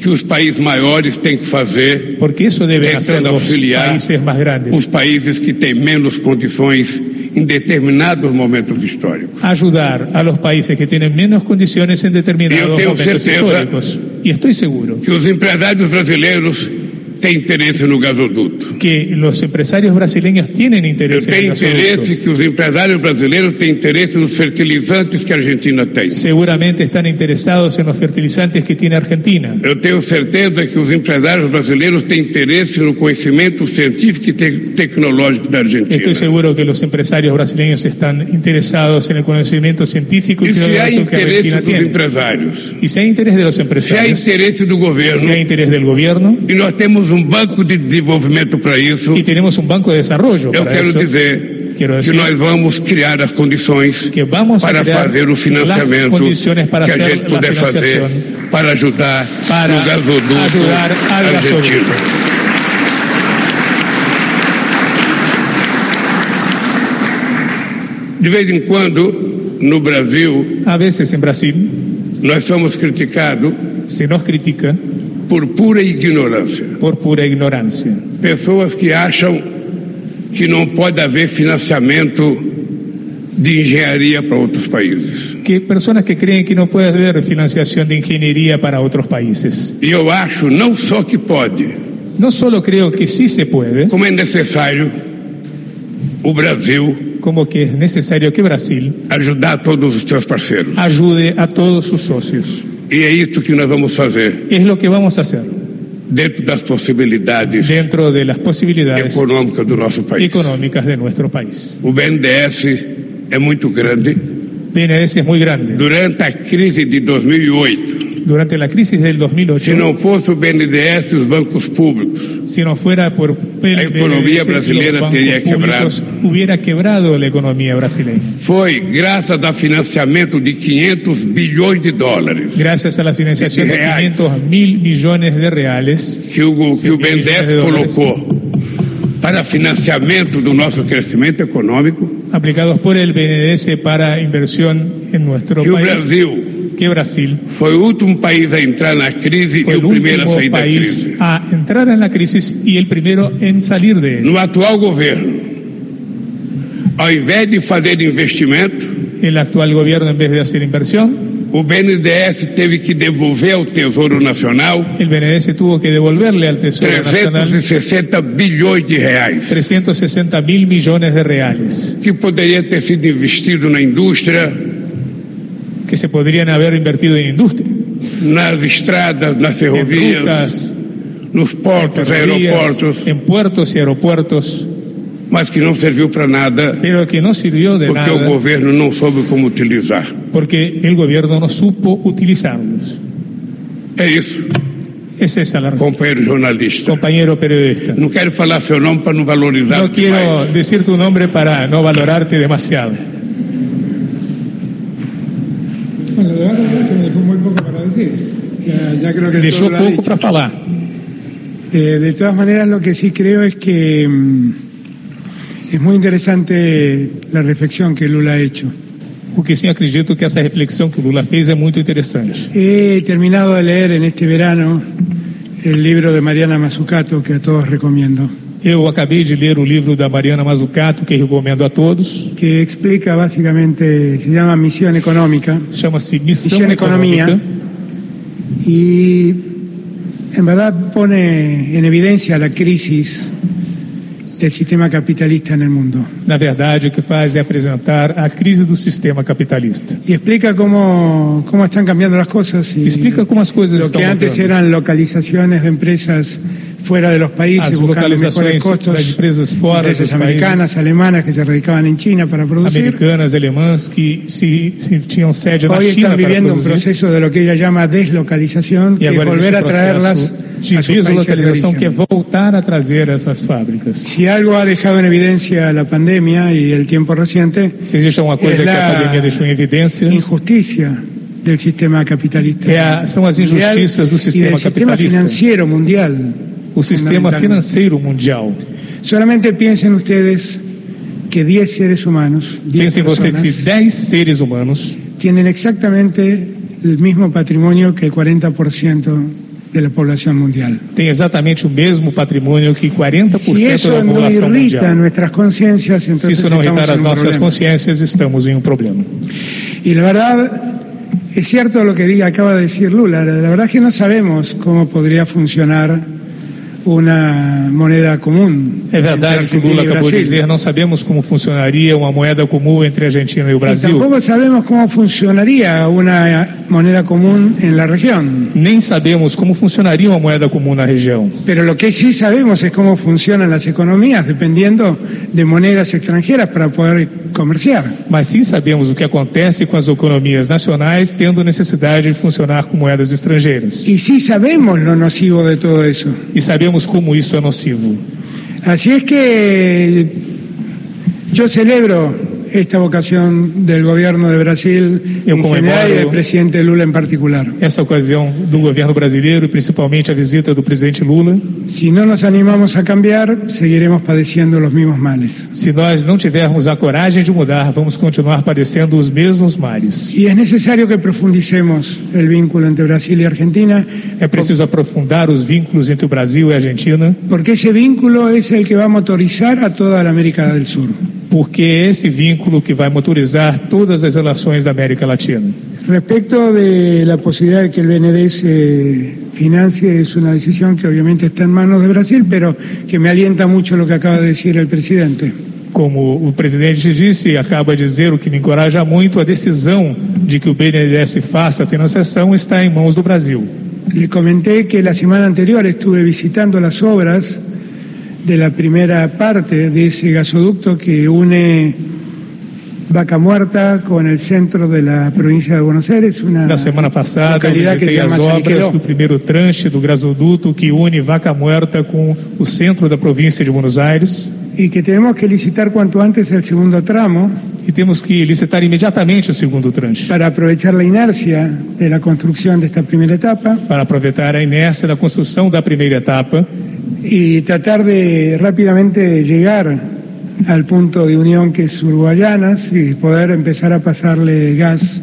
que os países maiores têm que fazer, Porque eso deben Tentando hacer los auxiliar países más os grandes. países que têm menos condições em determinados momentos históricos. Ayudar a los países que tienen menos condiciones en Yo determinados tengo momentos certeza- históricos. Y estoy seguro Que os empresários brasileiros têm interesse no gasoduto. que los empresarios brasileños tienen Eu interés en el tenho interesse gasoducto. que os empresários brasileiros têm interesse nos fertilizantes que a Argentina tem. Seguramente están interesados en los fertilizantes que tiene Argentina. Eu tenho certeza que os empresários brasileiros têm interesse no conhecimento científico e te- tecnológico da Argentina. Estoy seguro que los empresarios brasileños están interesados en el conocimiento científico y E se há tecnológico que interesse Argentina é dos tiene. empresários, Y si hay interés de los se há empresarios, interesse do si governo, hay interés del gobierno, e nós temos um banco de desenvolvimento para isso, y tenemos un banco de desarrollo eu para quero eso, dizer Quero que dizer nós vamos criar as condições que vamos a para crear fazer o las financiamento condiciones para que a hacer gente la puder fazer financiación para ajudar Para no gasoduto ajudar al argentino. De vez em quando, no Brasil, A veces en Brasil nós somos criticados se nos critica por pura ignorância. por pura ignorancia. Pessoas que acham que não pode haver financiamento de engenharia para outros países. Que personas que creen que no puede haber financiación de ingeniería para otros países. E eu acho não só que pode, No solo creo que sí se puede, como é necessário o Brasil como que es necesario que Brasil ajudar todos os seus parceiros. ayude a todos sus socios. E é isso que nós vamos fazer Es lo que vamos a hacer dentro das possibilidades dentro de las posibilidades econômicas do nosso país. económicas de nuestro país. O BNDES é muito grande. BNDES es muy grande. Durante a crise de 2008, Durante la crisis del se 2008, não fosse o BNDES e os bancos públicos, si no fuera por PLBS, La economía los brasileña bancos tenía públicos, hubiera quebrado la economía brasileña. foi graças a financiamento de 500 bilhões de dólares Gracias a la financiación de Real. 500 mil millones de reales que o, que o Sim, milhões de BNDES dólares. colocou para financiamento do nosso crescimento econômico, aplicados por el BNDES para inversión en nuestro que o país, Brasil que Brasil foi o último país a entrar na crise fue e el o primeiro a último sair da país crise. a entrar en la crisis y el primero en salir de ella. No atual governo, ao invés de fazer investimento, El actual gobierno, en vez de hacer inversión, o BNDES teve que devolver ao Tesouro Nacional el BNDES tuvo que devolverle al Tesoro Nacional 360 bilhões de reais, 360 mil millones de reales que poderia ter sido investido na indústria, que se podrían haber invertido en industria, nas estradas, nas en ferrovias, rutas, nos portos, ferrovías, aeroportos, en puertos y aeropuertos, mas que não serviu para nada pero que no sirvió de porque o nada governo não soube como utilizar. porque el gobierno no supo utilizarlos. É isso, Es esa la razón, companheiro jornalista. compañero periodista. Não quero falar seu nome para não valorizar. No quiero decir tu nombre para no valorarte demasiado. Bueno, de verdad creo que me dejó muy poco para decir. Ya, ya creo que todo Deixou lo ha pouco dicho. para falar. Eh, de todas maneras, lo que sí creo es que mm, es muy interesante la reflexión que Lula ha hecho. O que sim acredito que essa reflexão que o Lula fez é muito interessante. He terminado de leer en este verano el libro de Mariana Mazzucato, que a todos recomiendo, Eu acabei de ler o livro da Mariana Mazzucato, que recomendo a todos. que explica básicamente, se llama Misión Económica, Chama-se Missão Missão Economia. Econômica. y en verdad pone en evidencia la crisis del sistema capitalista en el mundo. Na verdade, o que faz é apresentar a crise do sistema capitalista. Y explica cómo, cómo están cambiando las cosas. Y Explica como as coisas Lo estão que antes mudando. eran localizaciones de empresas fuera de los países, As buscando mejores localizações costos, das empresas fora empresas dos países. americanas, alemanas que se radicaban en China para producir. americanas, alemãs, que se, se tinham sede na Hoy eh, China están para viviendo un produzir. proceso de lo que ella llama deslocalización, E que es agora existe volver um a processo traerlas de a sus países de deslocalização que é origen. voltar a trazer essas fábricas. Si algo ha dejado en evidencia la pandemia y el tiempo reciente, Se existe uma coisa É que lá- a pandemia deixou em evidência, injusticia del sistema capitalista. é a, são as mundial injustiças do y del sistema sistema capitalista, financiero mundial. o sistema fundamental. financeiro mundial. Solamente piensen ustedes que 10 seres humanos, 10 Pensem você personas, que 10 seres humanos tienen exactamente el mismo patrimonio que el 40% de la población mundial. têm exatamente o mesmo patrimônio que 40% Si da eso no população irrita mundial. nuestras conciencias, Se entonces isso não estamos irritar as en un nossas problema. consciências, estamos em um problema. Y la verdad, es cierto lo que diga, acaba de decir Lula, la verdad es que no sabemos cómo podría funcionar una moneda común. É verdade que entre o Lula Argentina y acabou de Brasil. dizer, não sabemos como funcionaria uma moeda comum entre a Argentina e o Y Brasil. tampoco sabemos cómo funcionaría una moneda común en la región. Nem sabemos como funcionaria uma moeda comum na região. Pero lo que sí sabemos es cómo funcionan las economías dependiendo de monedas extranjeras para poder comerciar. Mas sim sabemos o que acontece com as economias nacionais tendo necessidade de funcionar com moedas estrangeiras. Y sí sabemos lo nocivo de todo eso. E sabemos como isso é nocivo. Así es que yo celebro esta vocación del gobierno de Brasil Yo en como general y embargo- del presidente Lula en particular. Essa ocasião do governo brasileiro e principalmente a visita do presidente Lula, Si no nos animamos a cambiar, seguiremos padeciendo los mismos males. se nós não tivermos a coragem de mudar, vamos continuar padecendo os mesmos males. Y es necesario que profundicemos el vínculo entre Brasil y Argentina, É preciso aprofundar os vínculos entre o Brasil e a Argentina. porque ese vínculo es el que va a motorizar a toda la América del Sur. porque é esse vínculo que vai motorizar todas as relações da América Latina. Respecto de la posibilidad de que el BND se financie, es una decisión que obviamente está en manos de Brasil, pero que me alienta mucho lo que acaba de decir el presidente. Como o presidente disse e acaba de dizer, o que me encoraja muito, a decisão de que o BNDES faça a financiação está em mãos do Brasil. Le comenté que la semana anterior estuve visitando las obras de la primera parte de ese gasoducto que une Vaca Muerta con el centro de la provincia de Buenos Aires, una Na semana passada, eu localidad que se visitei llama as San obras Niqueló. do primeiro tranche do gasoduto que une Vaca Muerta com o centro da província de Buenos Aires. y que tenemos que licitar cuanto antes el segundo tramo E temos que licitar imediatamente o segundo tranche para aprovechar la inercia de la construcción de esta primera etapa para aproveitar a inércia da construção da primeira etapa y tratar de rápidamente llegar al punto de unión que es Uruguayanas y poder empezar a pasarle gas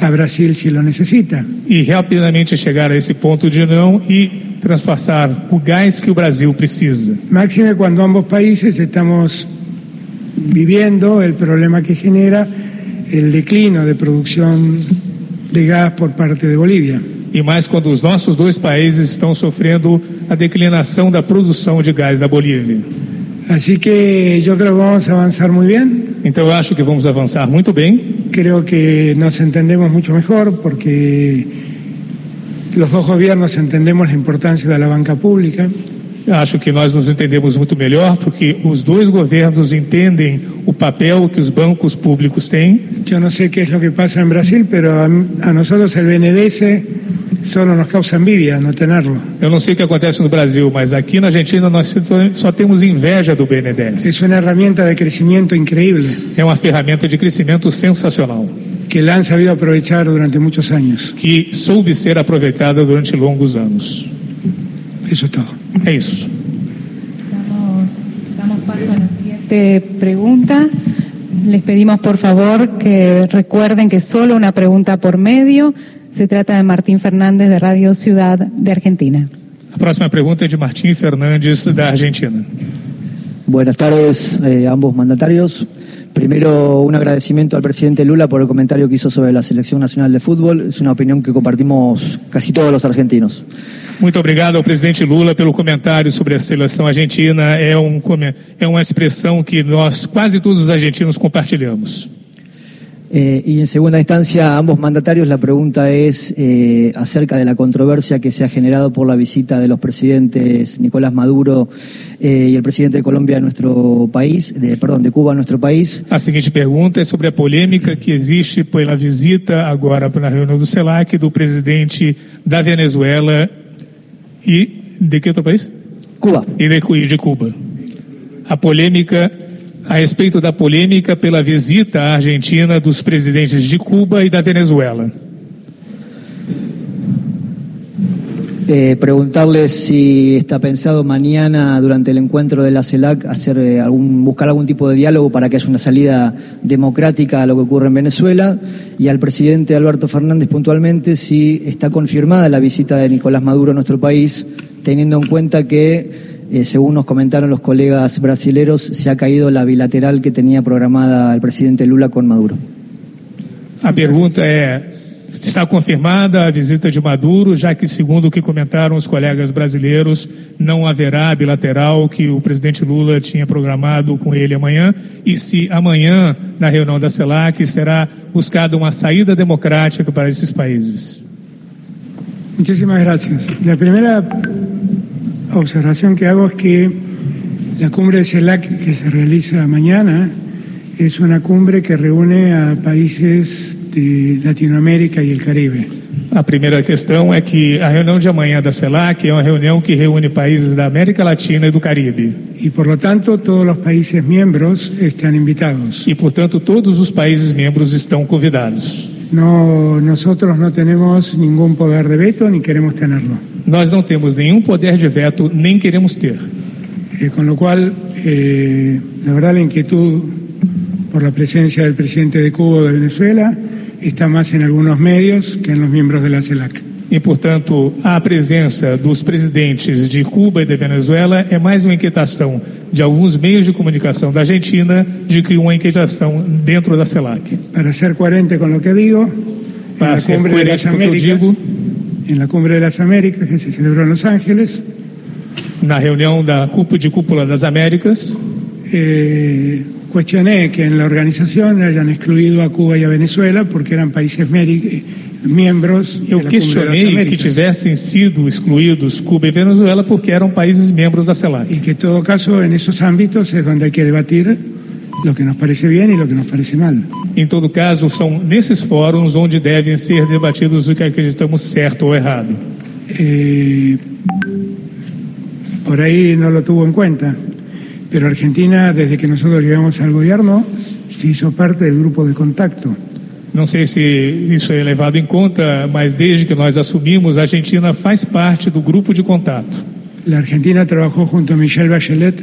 a Brasil si lo necesita. e rapidamente chegar a esse ponto de não e transpassar o gás que o Brasil precisa. Máxime cuando ambos países estamos viviendo el problema que genera el declino de producción de gas por parte de Bolivia. E mais quando os nossos dois países estão sofrendo a declinação da produção de gás da Bolívia. Así que yo creo que vamos a avanzar muy bien. Então eu acho que vamos avançar muito bem. Creo que nos entendemos mucho mejor porque los dos gobiernos entendemos la importancia de la banca pública. Eu acho que nós nos entendemos muito melhor, porque os dois governos entendem o papel que os bancos públicos têm. Yo no sé qué es lo que pasa en Brasil, pero a, a nosotros el BNDS solo nos causa envidia no tenerlo. Eu não sei o que acontece no Brasil, mas aqui na Argentina nós só temos inveja do BNDES. Es una herramienta de crecimiento increíble É uma ferramenta de crescimento sensacional. que la han sabido aprovechar durante muchos años. que soube ser aproveitada durante longos anos. Eso es todo. É isso. Damos, damos paso a la siguiente pregunta. Les pedimos por favor que recuerden que solo una pregunta por medio. Se trata de Martín Fernández de Radio Ciudad de Argentina. A próxima pergunta é de Martim Fernandes, da Argentina. Buenas tardes, eh, ambos mandatarios. Primero, un agradecimiento al presidente Lula por el comentario que hizo sobre la Selección Nacional de Fútbol. Es una opinión que compartimos casi todos los argentinos. Muito obrigado ao presidente Lula pelo comentário sobre a seleção argentina. É, um, come- é uma expressão que nós, quase todos os argentinos, compartilhamos. Eh, y en segunda instancia, a ambos mandatarios la pregunta es eh, acerca de la controversia que se ha generado por la visita de los presidentes Nicolás Maduro eh, y el presidente de Colombia a nuestro país, de, perdón, de Cuba a nuestro país. A seguinte pergunta é sobre a polêmica que existe pela visita agora na reunião do CELAC do presidente da Venezuela e de que outro país? Cuba. E de, e de Cuba. A polêmica a respeito da polêmica pela visita à Argentina dos presidentes de Cuba e da Venezuela. Eh, preguntarles si está pensado mañana durante el encuentro de la CELAC hacer eh, algún, buscar algún tipo de diálogo para que haya una salida democrática a lo que ocurre en Venezuela y al presidente Alberto Fernández puntualmente si está confirmada la visita de Nicolás Maduro a nuestro país teniendo en cuenta que eh, según nos comentaron los colegas brasileros se ha caído la bilateral que tenía programada el presidente Lula con Maduro. A pergunta é: está confirmada a visita de Maduro, já que, segundo o que comentaram os colegas brasileiros, não haverá a bilateral que o presidente Lula tinha programado com ele amanhã? E se amanhã, na reunião da CELAC, será buscada uma saída democrática para esses países? Muchísimas gracias. La primera observación que hago es que la cumbre de CELAC que se realiza mañana es una cumbre que reúne a países de Latinoamérica y el Caribe. A primeira questão é que a reunião de amanhã da CELAC é uma reunião que reúne países da América Latina e do Caribe. Y por lo tanto todos los países miembros están invitados. E, portanto, todos os países membros estão convidados. No, nosotros no tenemos ningún poder de veto ni queremos tenerlo. Nós não temos nenhum poder de veto, nem queremos ter. Eh, con lo cual, eh, la verdad la inquietud por la presencia del presidente de Cuba o de Venezuela está más en algunos medios que en los miembros de la CELAC. E, portanto, a presença dos presidentes de Cuba e da Venezuela é mais uma inquietação de alguns meios de comunicação da Argentina do que uma inquietação dentro da CELAC. Para ser coherente con lo que digo, en Para la ser cumbre de las coerente con lo que Américas, digo. en la cumbre de las Américas que se celebró en Los Ángeles, Na reunião da Cúpula de Cúpula das Américas, eh, cuestioné que en la organización hayan excluido a Cuba y a Venezuela porque eran países meri- eh, miembros de la eu Cumbre de las questionei que Américas. tivessem sido excluídos Cuba e Venezuela porque eram países membros da Y CELAC. que en todo caso é en esos ámbitos es donde hay que debatir lo que nos parece bien y lo que nos parece mal. Em todo caso, são nesses fóruns onde devem ser debatidos o que acreditamos certo ou errado. Eh, por ahí no lo tuvo en cuenta, pero Argentina, desde que nosotros llegamos al gobierno, se hizo parte del grupo de contacto. Não sei se isso é levado em conta, mas desde que nós assumimos, a Argentina faz parte do grupo de contato. La Argentina trabajó junto a Michelle Bachelet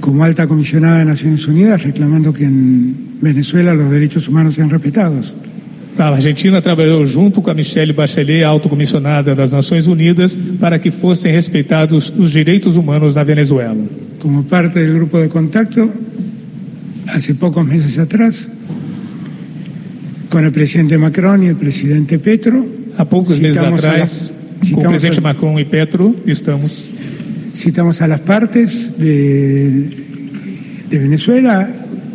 como alta comisionada de Naciones Unidas, reclamando que en Venezuela los derechos humanos sean respetados. A Argentina trabalhou junto com a Michelle Bachelet, autocomissionada das Nações Unidas, para que fossem respeitados os direitos humanos na Venezuela. Como parte del grupo de contacto, hace pocos meses atrás, con el presidente Macron y el presidente Petro, Há poucos meses Citamos atrás, a- com o citamos presidente a- Macron e Petro, estamos. Citamos a las partes de, de Venezuela,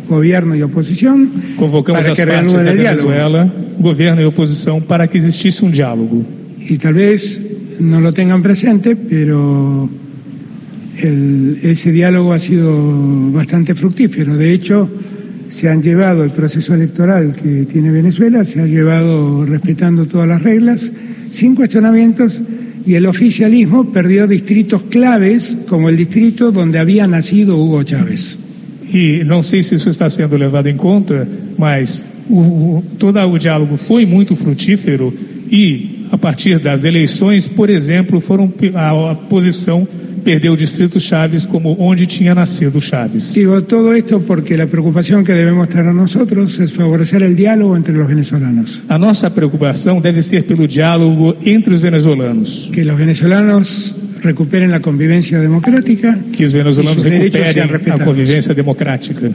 gobierno y oposición, Convocamos para as que partes da reanuden el diálogo. Venezuela, governo e oposição, para que existisse um diálogo. Y tal vez no lo tengan presente, pero el- ese diálogo ha sido bastante fructífero. De hecho, se han llevado el proceso electoral que tiene Venezuela, se ha llevado respetando todas las reglas, sin cuestionamientos, y el oficialismo perdió distritos claves, como el distrito donde había nacido Hugo Chávez. E não sei se isso está sendo levado em conta, mas o, o, todo o diálogo foi muito frutífero e, a partir das eleições, por exemplo, foram pe- a, a posição perdeu o distrito Chaves como onde tinha nascido Chaves. Digo todo esto porque la preocupación que debemos tener nosotros es favorecer el diálogo entre los venezolanos. A nossa preocupação deve ser pelo diálogo entre os venezuelanos, Que los venezolanos recuperen la convivencia democrática que os venezuelanos Isso, direitos recuperem sejam a respeitados. convivência democrática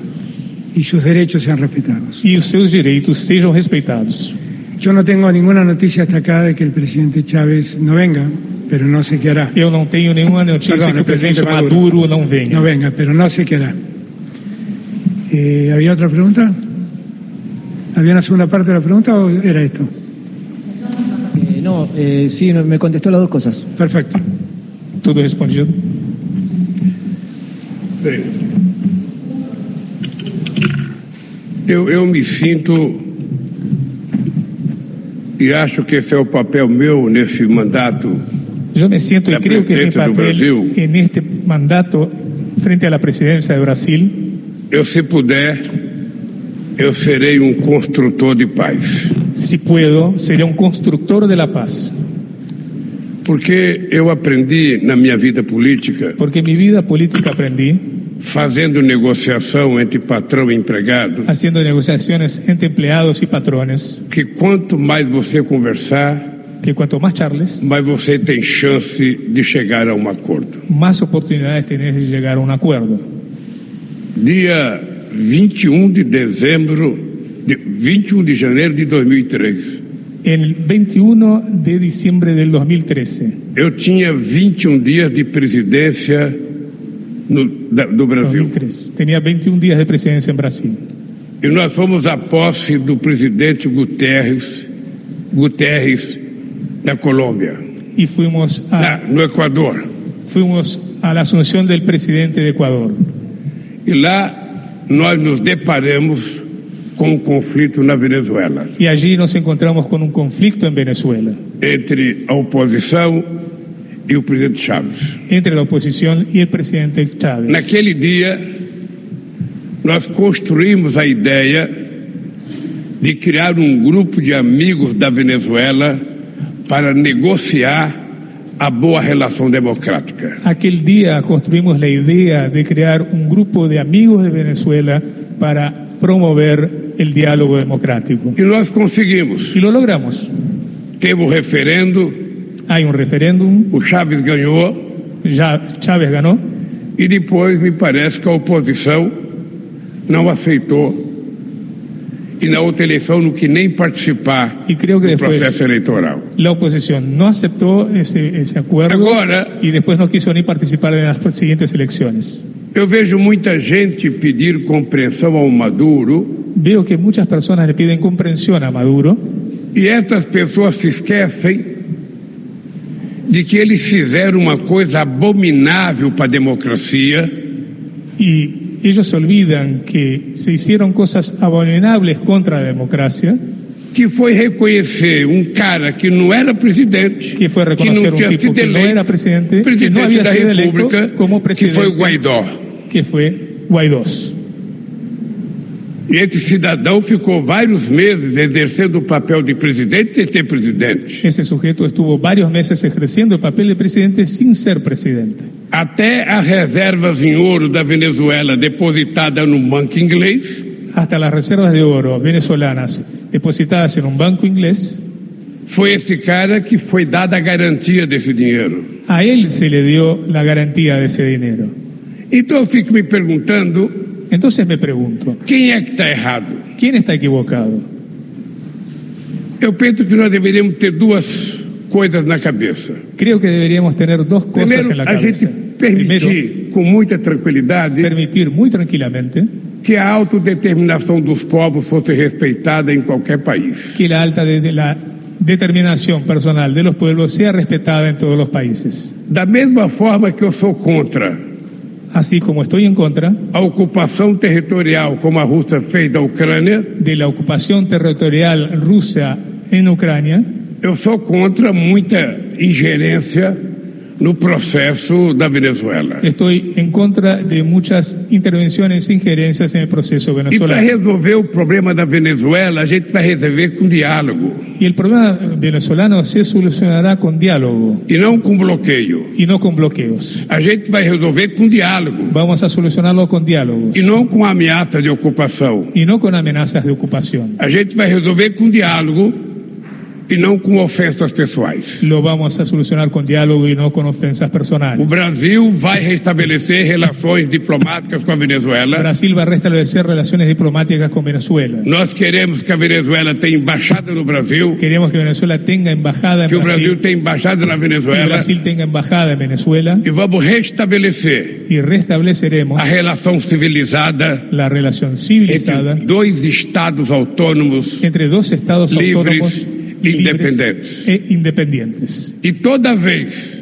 y sus derechos sean respetados. e os seus direitos sejam respeitados. Yo no tengo ninguna noticia hasta acá de que el presidente Chávez no venga, pero no sé qué hará. Eu não tenho nenhuma notícia Perdão, que o presidente presidente Maduro, Maduro. não venha. No venga, pero no sé qué hará. Eh, ¿Había otra pregunta? ¿Había una segunda parte de la pregunta o era esto? Eh, no, eh, sí, no, me contestó las dos cosas. Perfecto. Tudo respondido? Bem, eu, eu me sinto e acho que esse é o papel meu nesse mandato. Yo me siento y La creo que es mi presidencia de papel Brasil. en este mandato frente a la presidencia de Brasil. Eu, se puder, eu serei um construtor de paz. Si puedo, sería un constructor de la paz. Porque eu aprendi na minha vida política, Porque en mi vida política aprendí fazendo negociação entre patrão e empregado, haciendo negociaciones entre empleados y patrones que quanto mais você conversar, que cuanto más charles, mais você tem chance de chegar a um acordo. más oportunidades tenés de llegar a un acuerdo. Dia 21 de dezembro, de 21 de janeiro de 2003, El 21 de diciembre del 2013, eu tinha 21 dias de presidência no, da, do Brasil. 2003, tenía 21 días de presidencia en Brasil. E nós fomos à posse do presidente Guterres, Guterres da Colômbia, Y fuimos na- a, no Equador. fuimos a la asunción del presidente de Ecuador. E lá nós nos deparamos com um conflito na Venezuela, Y allí nos encontramos con un conflicto en Venezuela entre a oposição e o presidente Chaves. entre la oposición y el presidente Chávez. Naquele dia, nós construímos a ideia de criar um grupo de amigos da Venezuela para negociar a boa relação democrática. Aquel día construimos la idea de crear un grupo de amigos de Venezuela para promover el diálogo democrático. E nós conseguimos. Y lo logramos. Teve o referendo, Hay un referéndum, o Chaves ganhou, ya Chávez ganó e depois me parece que a oposição não aceitou. E na outra eleição, no que nem participar y creo que do después processo eleitoral. la oposición no aceptó ese, ese acuerdo Agora, y después no quiso ni participar de las siguientes elecciones. Eu vejo muita gente pedir compreensão ao Maduro Veo que muchas personas le piden comprensión a Maduro e essas pessoas se esquecem de que eles fizeram uma coisa abominável para a democracia, Y ellos se olvidan que se hicieron cosas abominables contra la democracia, que foi reconhecer um cara que não era presidente, que fue que não reconocer tinha un tipo sido que no era eleito presidente, que no presidente había da sido electo República, como que foi o presidente, Guaidó. que fue Guaidó. E esse cidadão ficou vários meses exercendo o papel de presidente sem ser presidente, Ese sujeto estuvo varios meses ejerciendo el papel de presidente sin ser presidente. até as reservas em ouro da Venezuela depositada no banco inglês Hasta las reservas de oro venezolanas depositadas en un banco inglés, Foi esse cara que foi dada a garantia desse dinheiro. a él se le dio la garantía de ese dinero. Então eu fico me perguntando Entonces me pregunto, quem é que está errado. ¿quién está equivocado? Eu penso que nós deveríamos ter duas coisas na cabeça. Creo que deberíamos tener dos cosas en Primeiro, la a gente cabeza. Primero, permitir com muita tranquilidade permitir muy tranquilamente que a autodeterminação dos povos fosse respeitada em qualquer país. que la alta de, de la determinación personal de los pueblos sea respetada en todos los países. Da mesma forma que eu sou contra Así como estoy en contra a ocupação territorial, como a Rússia fez da Ucrânia, de la ocupación territorial rusa en Ucrania, eu sou contra muita ingerência no processo da Venezuela. estoy en contra de muchas intervenciones e injerencias en el proceso E para venezolano. resolver o problema da Venezuela, a gente vai resolver com diálogo Y el problema venezolano se solucionará con diálogo e não com bloqueio. y no con bloqueos. A gente vai resolver com diálogo Vamos a solucionarlo con diálogos e não com ameaça de ocupação. y no con amenazas de ocupación. A gente vai resolver com diálogo e não com ofensas pessoais. Lo vamos a solucionar con diálogo y no con ofensas O personales. Brasil vai restabelecer relações diplomáticas com a Venezuela. Brasil va a restablecer relaciones diplomáticas con Venezuela. Nós queremos que a Venezuela tenha embaixada no Brasil, Queremos que Venezuela tenga embajada en que o Brasil Brasil, tenha embaixada na que Venezuela Brasil tenga embajada en Venezuela e vamos restabelecer y restableceremos a relação civilizada la relación civilizada entre dois estados autônomos entre dos estados Libres, autónomos libres independentes. e independientes. e toda vez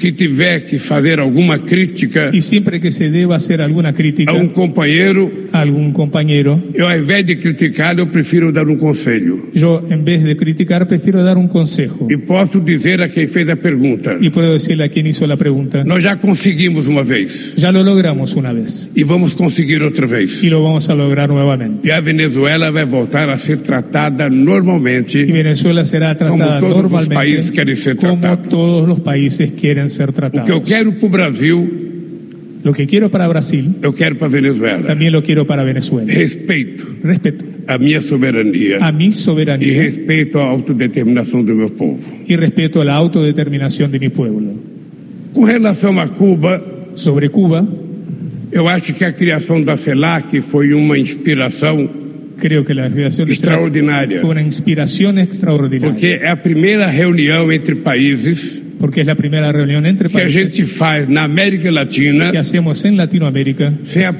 que tiver que fazer alguma crítica Y siempre que se deba hacer alguna crítica a um companheiro, a algún compañero, eu ao invés de criticar, eu prefiro dar um conselho. yo en vez de criticar prefiero dar un consejo. E posso dizer a quem fez a pergunta: Y puedo decirle a quien hizo la pregunta, nós já conseguimos uma vez ya lo logramos una vez e vamos conseguir outra vez. y lo vamos a lograr nuevamente. E a Venezuela vai voltar a ser tratada normalmente Y Venezuela será tratada todos los países quieren normalmente ser como tratados. todos los países quieren ser O que eu tratados. quero para o Brasil, Lo que quiero para Brasil, eu quero para a Venezuela. también lo quiero para Venezuela. Respeito Respeto à minha soberania a mi e soberanía respeito à autodeterminação do meu povo. y respeto a la autodeterminación de mi pueblo. Com relação a Cuba, Sobre Cuba, eu acho que a criação da CELAC foi uma inspiração, creo que la creación de Stratos Extraordinaria. fue una inspiración extraordinaria. porque é a primeira reunião entre países porque é es la primera reunión entre que a países gente faz na América Latina que hacemos en Latinoamérica sem a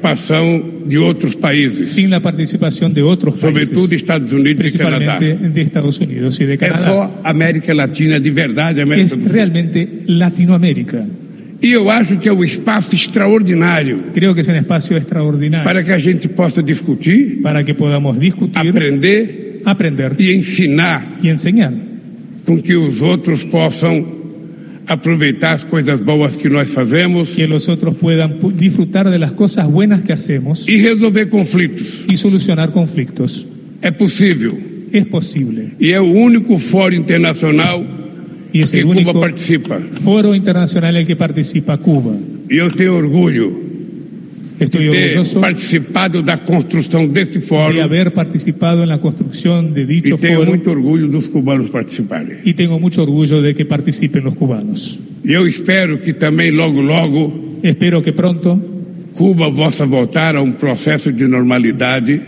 participação de outros países, sin la participación de otros sobretudo países, Estados Unidos e Canadá. principalmente de Estados Unidos y de É Canadá. só América Latina de verdade, América do Es Sul. realmente Latinoamérica. E eu acho que é um espaço extraordinário Creo que es un espacio extraordinario para que a gente possa discutir, para que podamos discutir, aprender aprender e ensinar y enseñar com que os outros possam aproveitar as coisas boas que nós fazemos que los otros puedan pu- disfrutar de las cosas buenas que hacemos e resolver conflitos. y solucionar conflictos. É possível. Es posible. E é o único fórum internacional Y es que el único Cuba participa. foro internacional en el que participa Cuba. E eu tenho orgulho Estoy de ter orgulloso participado da construção deste de fórum haber participado en la construcción de e dicho tenho foro muito orgulho dos cubanos participarem. y tengo mucho orgullo de que participen los cubanos. E eu espero que também logo, logo, Espero que pronto Cuba possa voltar a um processo de normalidade,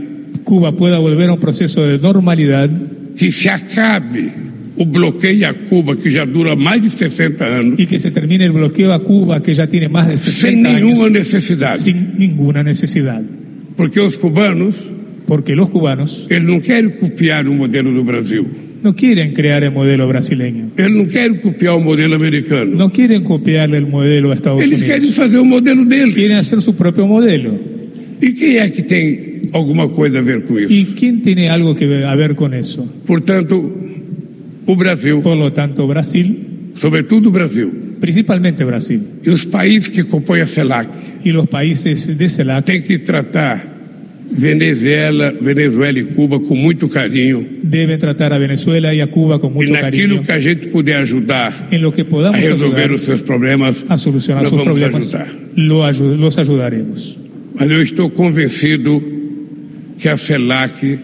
Cuba pueda volver a un proceso de normalidad que se acabe o bloqueio a Cuba, que já dura mais de 60 anos, y que se termine el bloqueo a Cuba que ya tiene más de sem 60 nenhuma años necessidade. sin ninguna necesidad. Porque os cubanos, Porque los cubanos eles não querem copiar o modelo do Brasil, no quieren crear el modelo brasileño, eles não querem copiar o modelo americano, no quieren copiarle el modelo a Estados eles querem Unidos, fazer o modelo deles. quieren hacer su propio modelo. E quem é que tem alguma coisa a ver com isso? ¿Y quién tiene algo que ver a ver con eso? Portanto, o Brasil, Por lo tanto, Brasil, sobretudo o Brasil, principalmente Brasil, e os países que compõem a CELAC, y los países de CELAC tem que tratar Venezuela, Venezuela e Cuba com muito carinho deben tratar a Venezuela y a Cuba con mucho e naquilo cariño. que a gente puder ajudar En lo que a podamos resolver ayudar os seus problemas, a solucionar nós sus vamos problemas, ajudar. lo ayu- los ayudaremos. Mas eu estou convencido que a CELAC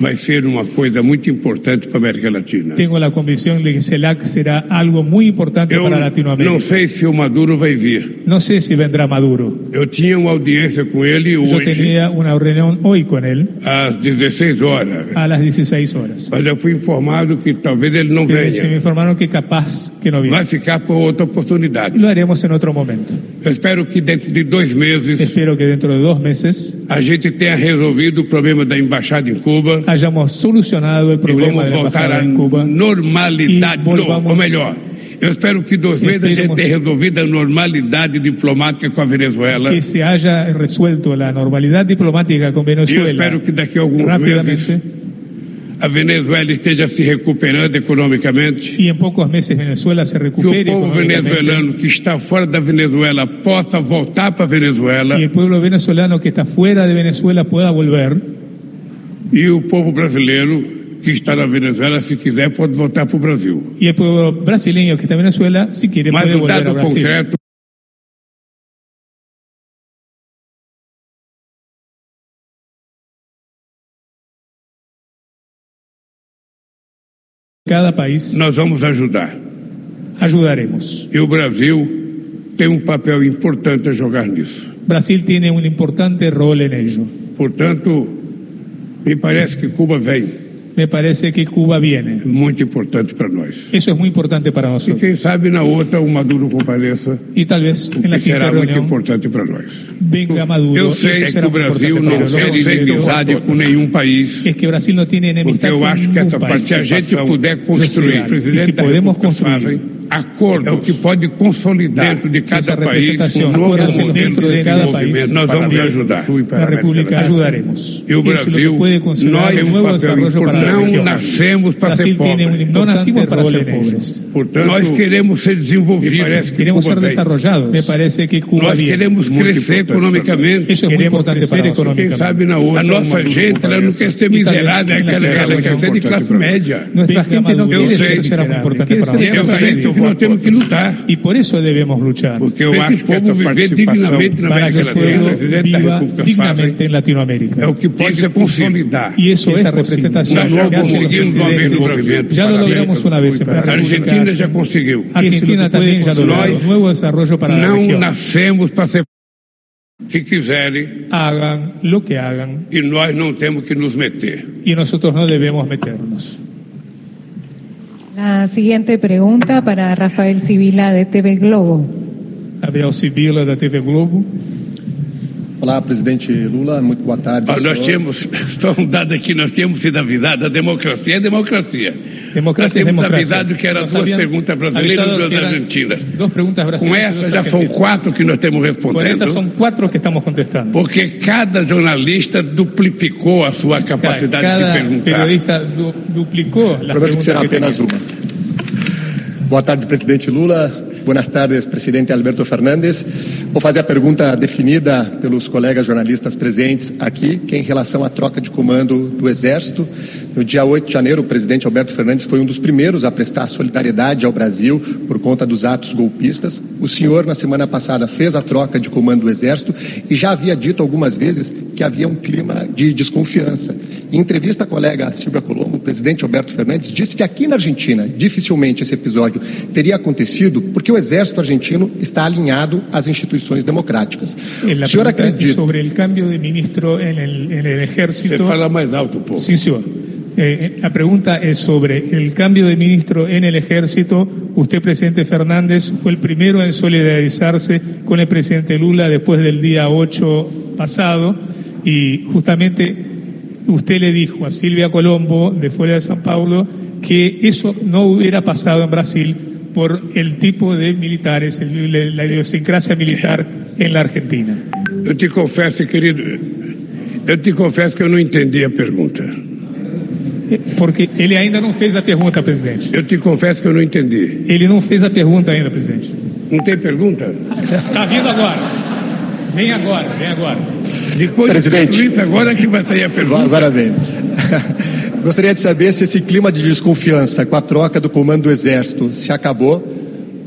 vai ser uma coisa muito importante para a América Latina. Tengo la convicción de que CELAC será algo muy importante Eu para não Latinoamérica. sei se o Maduro vai vir. No sé si vendrá Maduro. Eu tinha uma audiência com ele Yo hoje tenía una reunión hoy con él às 16 horas, a las 16 horas. mas eu fui informado que talvez ele não Se se me venha. informaron que capaz que no Vai viene. ficar por outra oportunidade. Lo haremos en otro momento. Eu espero que dentro de dois meses Espero que dentro de dos meses a gente tenha resolvido o problema da embaixada em Cuba hayamos solucionado el e problema vamos de la voltar embajada à en Cuba. normalidade. E Não, volvamos- ou melhor, eu espero que em dois meses a gente Esperemos- tenha resolvido a normalidade diplomática com a Venezuela. que se haya resuelto la normalidad diplomática con E eu Venezuela espero que daqui a alguns meses rápidamente a Venezuela esteja se recuperando economicamente. y en pocos meses Venezuela se Que o recupere povo económicamente, venezuelano que está fora da Venezuela possa voltar para a Venezuela y el pueblo venezolano que está fuera de Venezuela pueda volver e o povo brasileiro que está na Venezuela, se quiser, pode voltar para o Brasil. y el pueblo brasileño que está en Venezuela si quiere Mas puede um volver a dado Brasil. concreto, cada país, nós vamos ajudar. ayudaremos. E o Brasil tem um papel importante a jogar nisso. Brasil tiene un importante rol en ello. Portanto, me parece que Cuba vem. Me parece que Cuba viene. é Muito importante para nós. Eso es muy importante para E nosotros. quem sabe na outra o Maduro compareça, Y tal vez o en la que será siguiente muito reunión importante para nós. venga Maduro. Eu Eso sei que será o muy Brasil importante não para tem nosotros. inimizade com nenhum país. Es que Brasil no tiene Porque enemistad eu con acho que ningún essa parte, se a país. gente puder construir, E se podemos construir acordos, é o que pode consolidar dentro de cada essa país um representação, novo acordos modelo dentro de de cada desenvolvimento. país. Nós vamos Para ajudar. La República ayudaremos. E Eso es o lo que Brasil, puede considerar nós un nuevo temos papel desarrollo para la importante. Não región. nascemos para ser Brasil tiene un pobres. no nacimos para ser pobres. Portanto, nós queremos ser desenvolvidos. Queremos ser desarrollados. Me parece que Cuba Nós viene. queremos crescer economicamente. Eso es muy Queremos importante crecer para nosotros. Quem sabe na outra, a nossa gente ela não quer ser miserável, ela quer- ela quer ser de classe média. Nuestra Venga gente no Maduro. quiere Yo sé ser que será muy será. importante Quiere para ser Eu nosotros. sei que nós temos que lutar, Y por eso debemos luchar. porque eu acho que essa viver dignamente na Para que América el pueblo Latina, presidente da viva República fazem, dignamente en é Latinoamérica. o que pode se consolidar. Y eso es representación Nós que já hace el conseguimos uma vez no Brasil. presidente. Ya lo logramos una vez en A Brasil. Argentina já conseguiu. Argentina también ya lo logró. Nós Nuevo desarrollo para la não región. nascemos para ser o que quiserem Hagan lo que hagan e nós não temos que nos meter. y nosotros no debemos meternos. La siguiente pregunta para Rafael Sibila de TV Globo. Abel Sibila, da TV Globo. Olá, presidente Lula, muito boa tarde. Ah, senhor. nós temos, só um dado aqui, nós temos sido avisados, a democracia é democracia. nós Democracia es temos democracia. avisado que eram Nos duas habían perguntas brasileiras e avisado duas que eran argentinas. Dos preguntas Com brasileiras. y essa dos já são argentinas. quatro que nós estamos Con estas respondendo, son cuatro que estamos contestando. porque cada jornalista duplicou a sua capacidade Cada de perguntar. periodista du- duplicó las Prometo que preguntas será que apenas tenía. uma. Boa tarde, presidente Lula. Boas tardes, presidente Alberto Fernandes. Vou fazer a pergunta definida pelos colegas jornalistas presentes aqui, que é em relação à troca de comando do Exército. No dia 8 de janeiro, o presidente Alberto Fernandes foi um dos primeiros a prestar solidariedade ao Brasil por conta dos atos golpistas. O senhor, na semana passada, fez a troca de comando do Exército e já havia dito algumas vezes que havia um clima de desconfiança. Em entrevista à colega Silvia Colombo, o presidente Alberto Fernandes disse que aqui na Argentina dificilmente esse episódio teria acontecido porque o exército argentino está alinhado às instituições democráticas. En la O senhor pregunta acredita? sobre el cambio de ministro en el, en el Você ejército. fala mais alto um pouco. Sí, señor. Eh, la pregunta es sobre el cambio de ministro en el ejército. Usted, presidente Fernández, fue el primero en solidarizarse con el presidente Lula después del día 8 pasado y justamente usted le dijo a Silvia Colombo de fuera de San Paulo que eso no hubiera pasado en Brasil por el tipo de militares, el- la- la idiosincrasia militar en la Argentina. Eu te confesso, querido, eu te confesso que eu não entendi a pergunta. Eh, Porque ele ainda não fez a pergunta, presidente. Eu te confesso que eu não entendi. Ele não fez a pergunta ainda, presidente. Não tem pergunta? Está Tá vindo agora. Vem agora, vem agora. Depois Presidente. Luiz, é agora que vai ter a pergunta. Agora vem. Gostaria de saber se esse clima de desconfiança com a troca do comando do Exército se acabou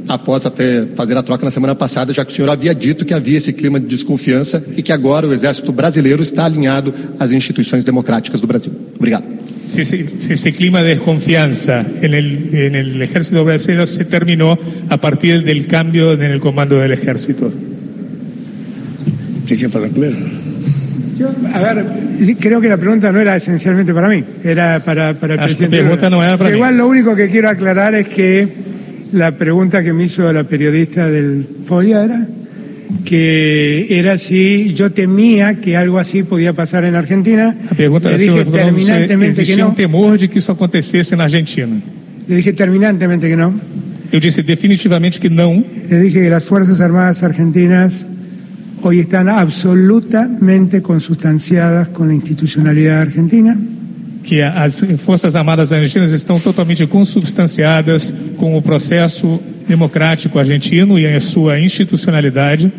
após a fe- fazer a troca na semana passada, já que o senhor havia dito que havia esse clima de desconfiança e que agora o Exército brasileiro está alinhado às instituições democráticas do Brasil. Obrigado. Si ese, si ese clima de desconfianza en el, en el ejército brasileño se terminó a partir del cambio en el comando del ejército. Tem que falar com ele? Yo, a ver, sí, creo que la pregunta no era esencialmente para mí, era para, para el Ah, su presidente. pregunta Lula. no era para Que mí. Igual lo único que quiero aclarar es que la pregunta que me hizo la periodista del FOIA era que era si yo temía que algo así podía pasar en Argentina. A pergunta Le era dije se terminantemente que existia um no. temor de que isso acontecesse na Argentina. Le dije terminantemente que no. Eu disse definitivamente que não. Le dije que las Fuerzas Armadas Argentinas hoy están absolutamente consustanciadas con la institucionalidad argentina. que as Forças Armadas Argentinas estão totalmente consubstanciadas com o processo democrático argentino e a sua institucionalidade,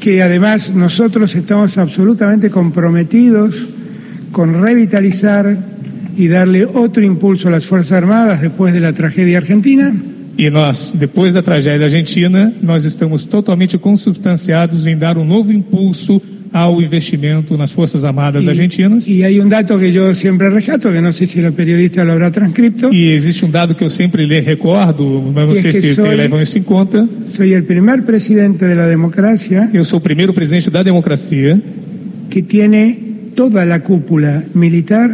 que además nosotros estamos absolutamente comprometidos con revitalizar y darle otro impulso a las Fuerzas Armadas después de la tragedia argentina E nós, depois da tragédia argentina, nós estamos totalmente consubstanciados em dar um novo impulso ao investimento nas Forças Armadas Y- Argentinas. Y hay un dato que yo siempre rescato, que no sé si la periodista lo habrá transcripto. E existe um dado que eu sempre lhe recordo, mas então E é vocês que se só- levam isso em conta. Soy el primer presidente de la democracia Eu sou o primeiro presidente da democracia que tiene toda la cúpula militar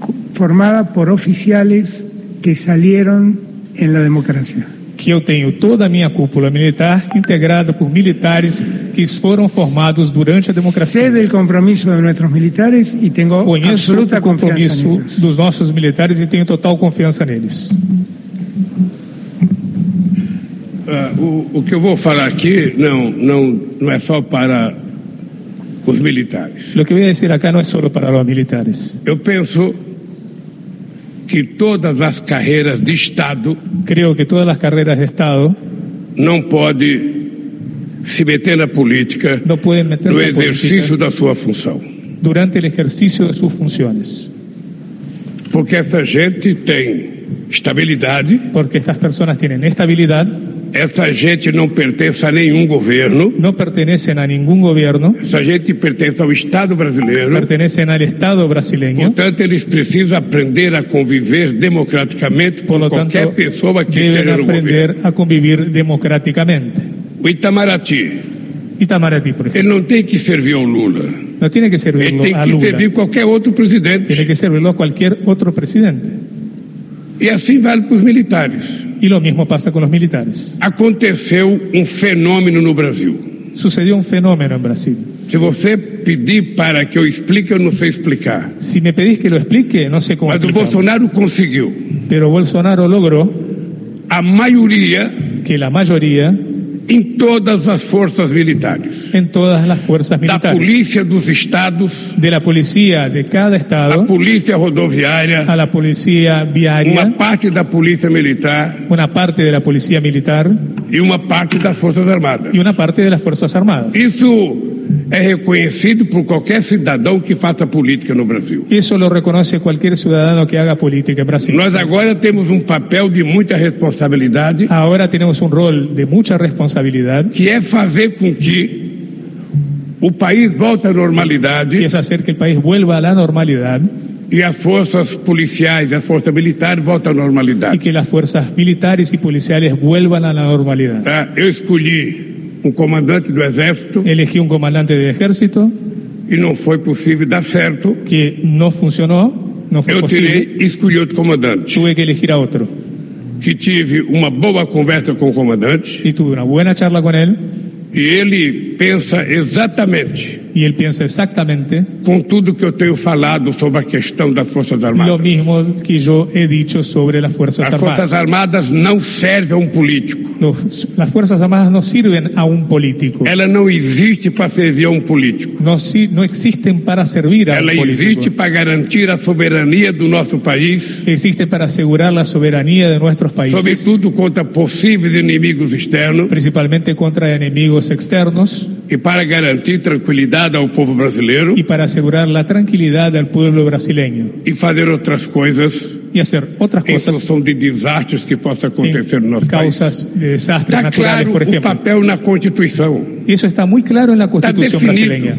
cu- formada por oficiales que salieron en la democracia. que eu tenho toda a minha cúpula militar integrada por militares que foram formados durante a Sé democracia. del compromiso de nuestros militares y tengo Conheço absoluta o confianza en compromisso ellos. dos nossos militares e tenho total confiança neles. Ah, o, o que eu vou falar aqui não, não, não é só para os militares. Lo que voy a decir acá no es solo para los militares. Eu penso que todas as carreiras de Estado Creo que todas las carreras de Estado não podem se meter na política no pueden no meterse en exercício política né? da sua função. durante el ejercicio de sus funciones, Porque essa gente tem estabilidade, porque estas personas tienen estabilidad, essa gente não pertence a nenhum governo, no pertenecen a ningún gobierno, essa gente pertence ao Estado brasileiro. pertenecen al Estado brasileño. Portanto, eles precisam aprender a conviver democraticamente Por com lo tanto, qualquer pessoa que deben esteja no governo. aprender a convivir democráticamente. O Itamaraty, Itamaraty, por ejemplo, ele não tem que servir ao Lula. no tiene que Ele servirlo tem a que Lula, servir qualquer outro tiene presidente. que servirlo a cualquier otro presidente. E assim vale para os militares. Y lo mismo pasa con los militares. Aconteceu um fenômeno no Brasil. Sucedió un fenómeno en um Brasil. Se você pedir para que eu explique, eu não sei explicar. Si me pedís que lo explique, no sé cómo Mas o explicarlo. Bolsonaro conseguiu. Pero Bolsonaro logró A maioria que la mayoría em todas as forças militares, en todas las fuerzas da militares, polícia dos estados, de la policía de cada da estado polícia rodoviária, a la policía uma viaria, parte da polícia militar una parte de la policía militar e uma parte das forças armadas. y una parte de las fuerzas armadas. Isso é reconhecido por qualquer cidadão que faça política no Brasil. Eso lo reconoce cualquier ciudadano que haga política en Brasil. Nós agora temos um papel de muita responsabilidade Ahora tenemos un rol de mucha responsabilidad que é fazer com que o país volte à que normalidade es hacer que el país vuelva a la normalidad e as forças policiais, a força militar voltem à y normalidade. que las fuerzas militares y policiales vuelvan a la normalidad. Tá? Eu escolhi um comandante do Exército Elegí un comandante de ejército e não foi possível dar certo. que no funcionó, no fue Eu posible. tirei e escolhi outro comandante, Tuve é que elegir a otro que tive uma boa conversa com o comandante y tuve una buena charla con él e ele pensa exatamente y él piensa exactamente com tudo que eu tenho falado sobre a questão das Forças lo Armadas. mismo que yo he dicho sobre las Fuerzas As Forças Armadas. Armadas não servem a um político. Los- las Fuerzas Armadas no sirven a un político. Ela não existe para servir a um político. No, si- no existen para servir a un Ela existe político. para garantir a soberania do nosso país, Existen para asegurar la soberanía de nuestros países, sobretudo contra possíveis inimigos externos principalmente contra enemigos externos e para garantir tranquilidade ao povo brasileiro y para asegurar la tranquilidad al pueblo brasileño e fazer outras coisas y hacer otras em cosas função de desastres que possam acontecer no en nosso país. causas de desastres Está naturales, Tá claro por o ejemplo. papel na Constituição. Tá Y eso está muy claro en la Constitución definido. brasileña.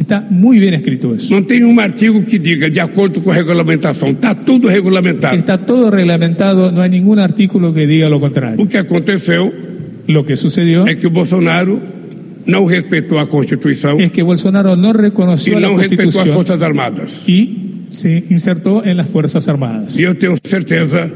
Está muy bien escrito eso. Não tem um artigo que diga de acordo com a regulamentação. Está tudo regulamentado. Está todo reglamentado, no hay ningún artículo que diga lo O contrario. que aconteceu Lo que sucedió é que o Bolsonaro não respeitou a Constituição. es que Bolsonaro no e reconoció la não respeitou as Constitución Forças Armadas. y se insertó en las Fuerzas Armadas. E eu tenho certeza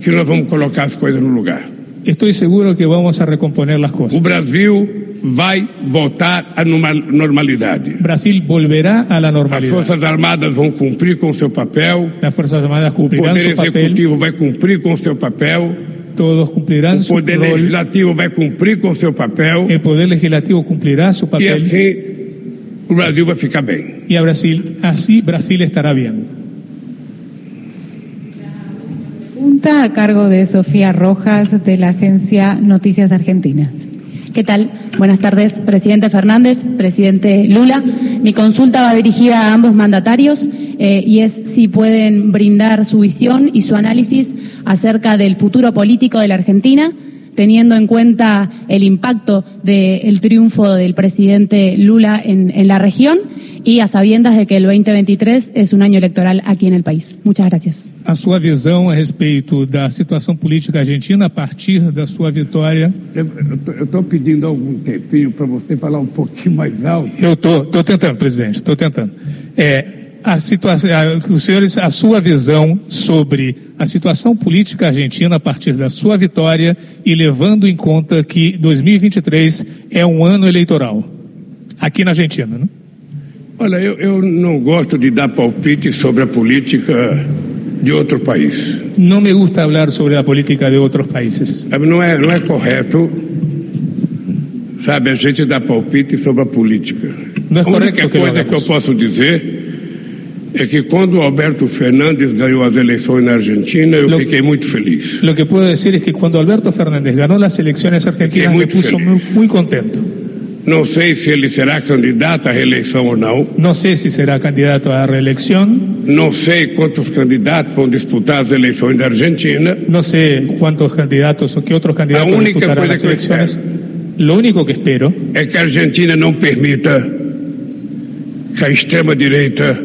que nós vamos colocar as coisas no lugar. Estoy seguro que vamos a recomponer las O cosas. Brasil vai voltar à norma- normalidade. Brasil volverá a la As normalidad. Forças Armadas vão cumprir com o seu papel, Las Fuerzas Armadas o cumplirán Poder su papel, Executivo vai cumprir com o seu papel, todos cumplirán o su Poder rol, Legislativo vai cumprir com o seu papel, el Poder Legislativo cumplirá su e papel assim o Brasil vai ficar bem. y a Brasil, así Brasil estará bien. Pregunta a cargo de Sofía Rojas de la agencia Noticias Argentinas. ¿Qué tal? Buenas tardes, presidente Fernández, presidente Lula. Mi consulta va dirigida a ambos mandatarios eh, y es si pueden brindar su visión y su análisis acerca del futuro político de la Argentina, teniendo en cuenta el impacto del triunfo del presidente Lula en, en la región e a sabiendas de que el 2023 es un año eleitoral aqui no país. Muchas gracias. A sua visão a respeito da situação política argentina a partir da sua vitória. Eu estou pedindo algum tempinho para você falar um pouquinho mais alto. Eu estou tô, tô tentando, presidente, estou tentando. É, a situação, os senhores, a sua visão sobre a situação política argentina a partir da sua vitória e levando em conta que 2023 é um ano eleitoral aqui na Argentina, né? Olha, eu, eu, não gosto de dar palpite sobre a política de outro país. Não me gusta falar sobre a política de outros países. Não é, não é correto, sabe, a gente dar palpite sobre a política. Não é a única coisa que eu posso dizer é que quando Alberto Fernandes ganhou as eleições na Argentina, eu lo, fiquei muito feliz. O que posso dizer é que quando Alberto Fernandes ganhou as eleições argentinas, me puso É muito, muito contento. Não sei se ele será candidato à reeleição ou não. Não sei se será candidato à reeleição. Não sei quantos candidatos vão disputar as eleições da Argentina. Não sei quantos candidatos ou que outros candidatos vão disputar as eleições. Lo único que espero é que a Argentina não permita que a extrema direita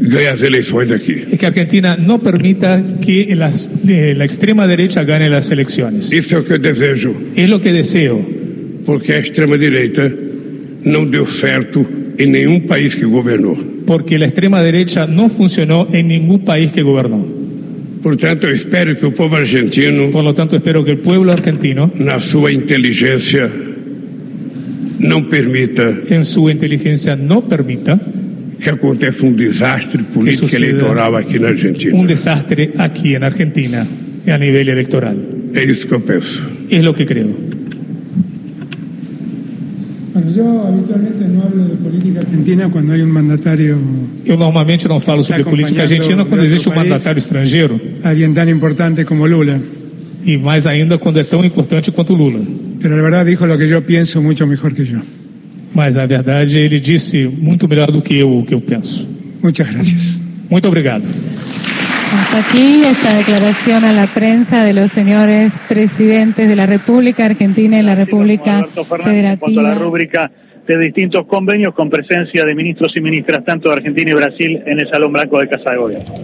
ganhe as eleições aqui. É que a Argentina não permita que las, eh, a extrema direita ganhe as eleições. Isso é o que eu desejo. É o que desejo porque a extrema-direita não deu certo em nenhum país que governou. Porque a extrema-direita não funcionou em nenhum país que governou. Portanto, eu espero que o povo argentino, por lo tanto, espero que o povo argentino, na sua inteligência, não permita, em sua inteligência, não permita que aconteça um desastre político eleitoral aqui na Argentina. Um desastre aqui na Argentina, a nível eleitoral. É isso que eu penso. É o que creio. Bueno, yo habitualmente no hablo de política argentina cuando hay un mandatario. Yo normalmente no hablo sobre política argentina cuando existe un mandatario extranjero. Alguien tan importante como Lula. Y más ainda cuando es tan importante quanto Lula. Pero la verdad dijo lo que yo pienso mucho mejor que yo. Mas a verdade ele disse muito melhor do que eu o que eu penso. Muchas gracias. Muito obrigado. Hasta aquí esta declaración a la prensa de los señores presidentes de la República Argentina y la República Federativa. En cuanto a la rúbrica de distintos convenios con presencia de ministros y ministras tanto de Argentina y Brasil en el Salón Blanco de Casa de Gobierno.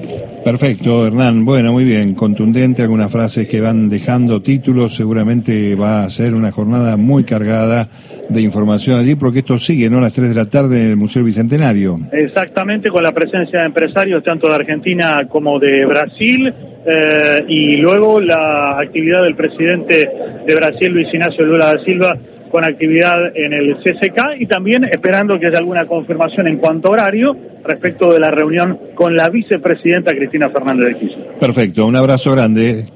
Perfecto, Hernán. Bueno, muy bien, contundente, algunas frases que van dejando títulos. Seguramente va a ser una jornada muy cargada de información allí, porque esto sigue, ¿no? A las 3 de la tarde en el Museo Bicentenario. Exactamente, con la presencia de empresarios tanto de Argentina como de Brasil. Eh, y luego la actividad del presidente de Brasil, Luis Ignacio Lula da Silva, con actividad en el CCK y también esperando que haya alguna confirmación en cuanto a horario respecto de la reunión con la vicepresidenta Cristina Fernández de Kirchner. Perfecto, un abrazo grande.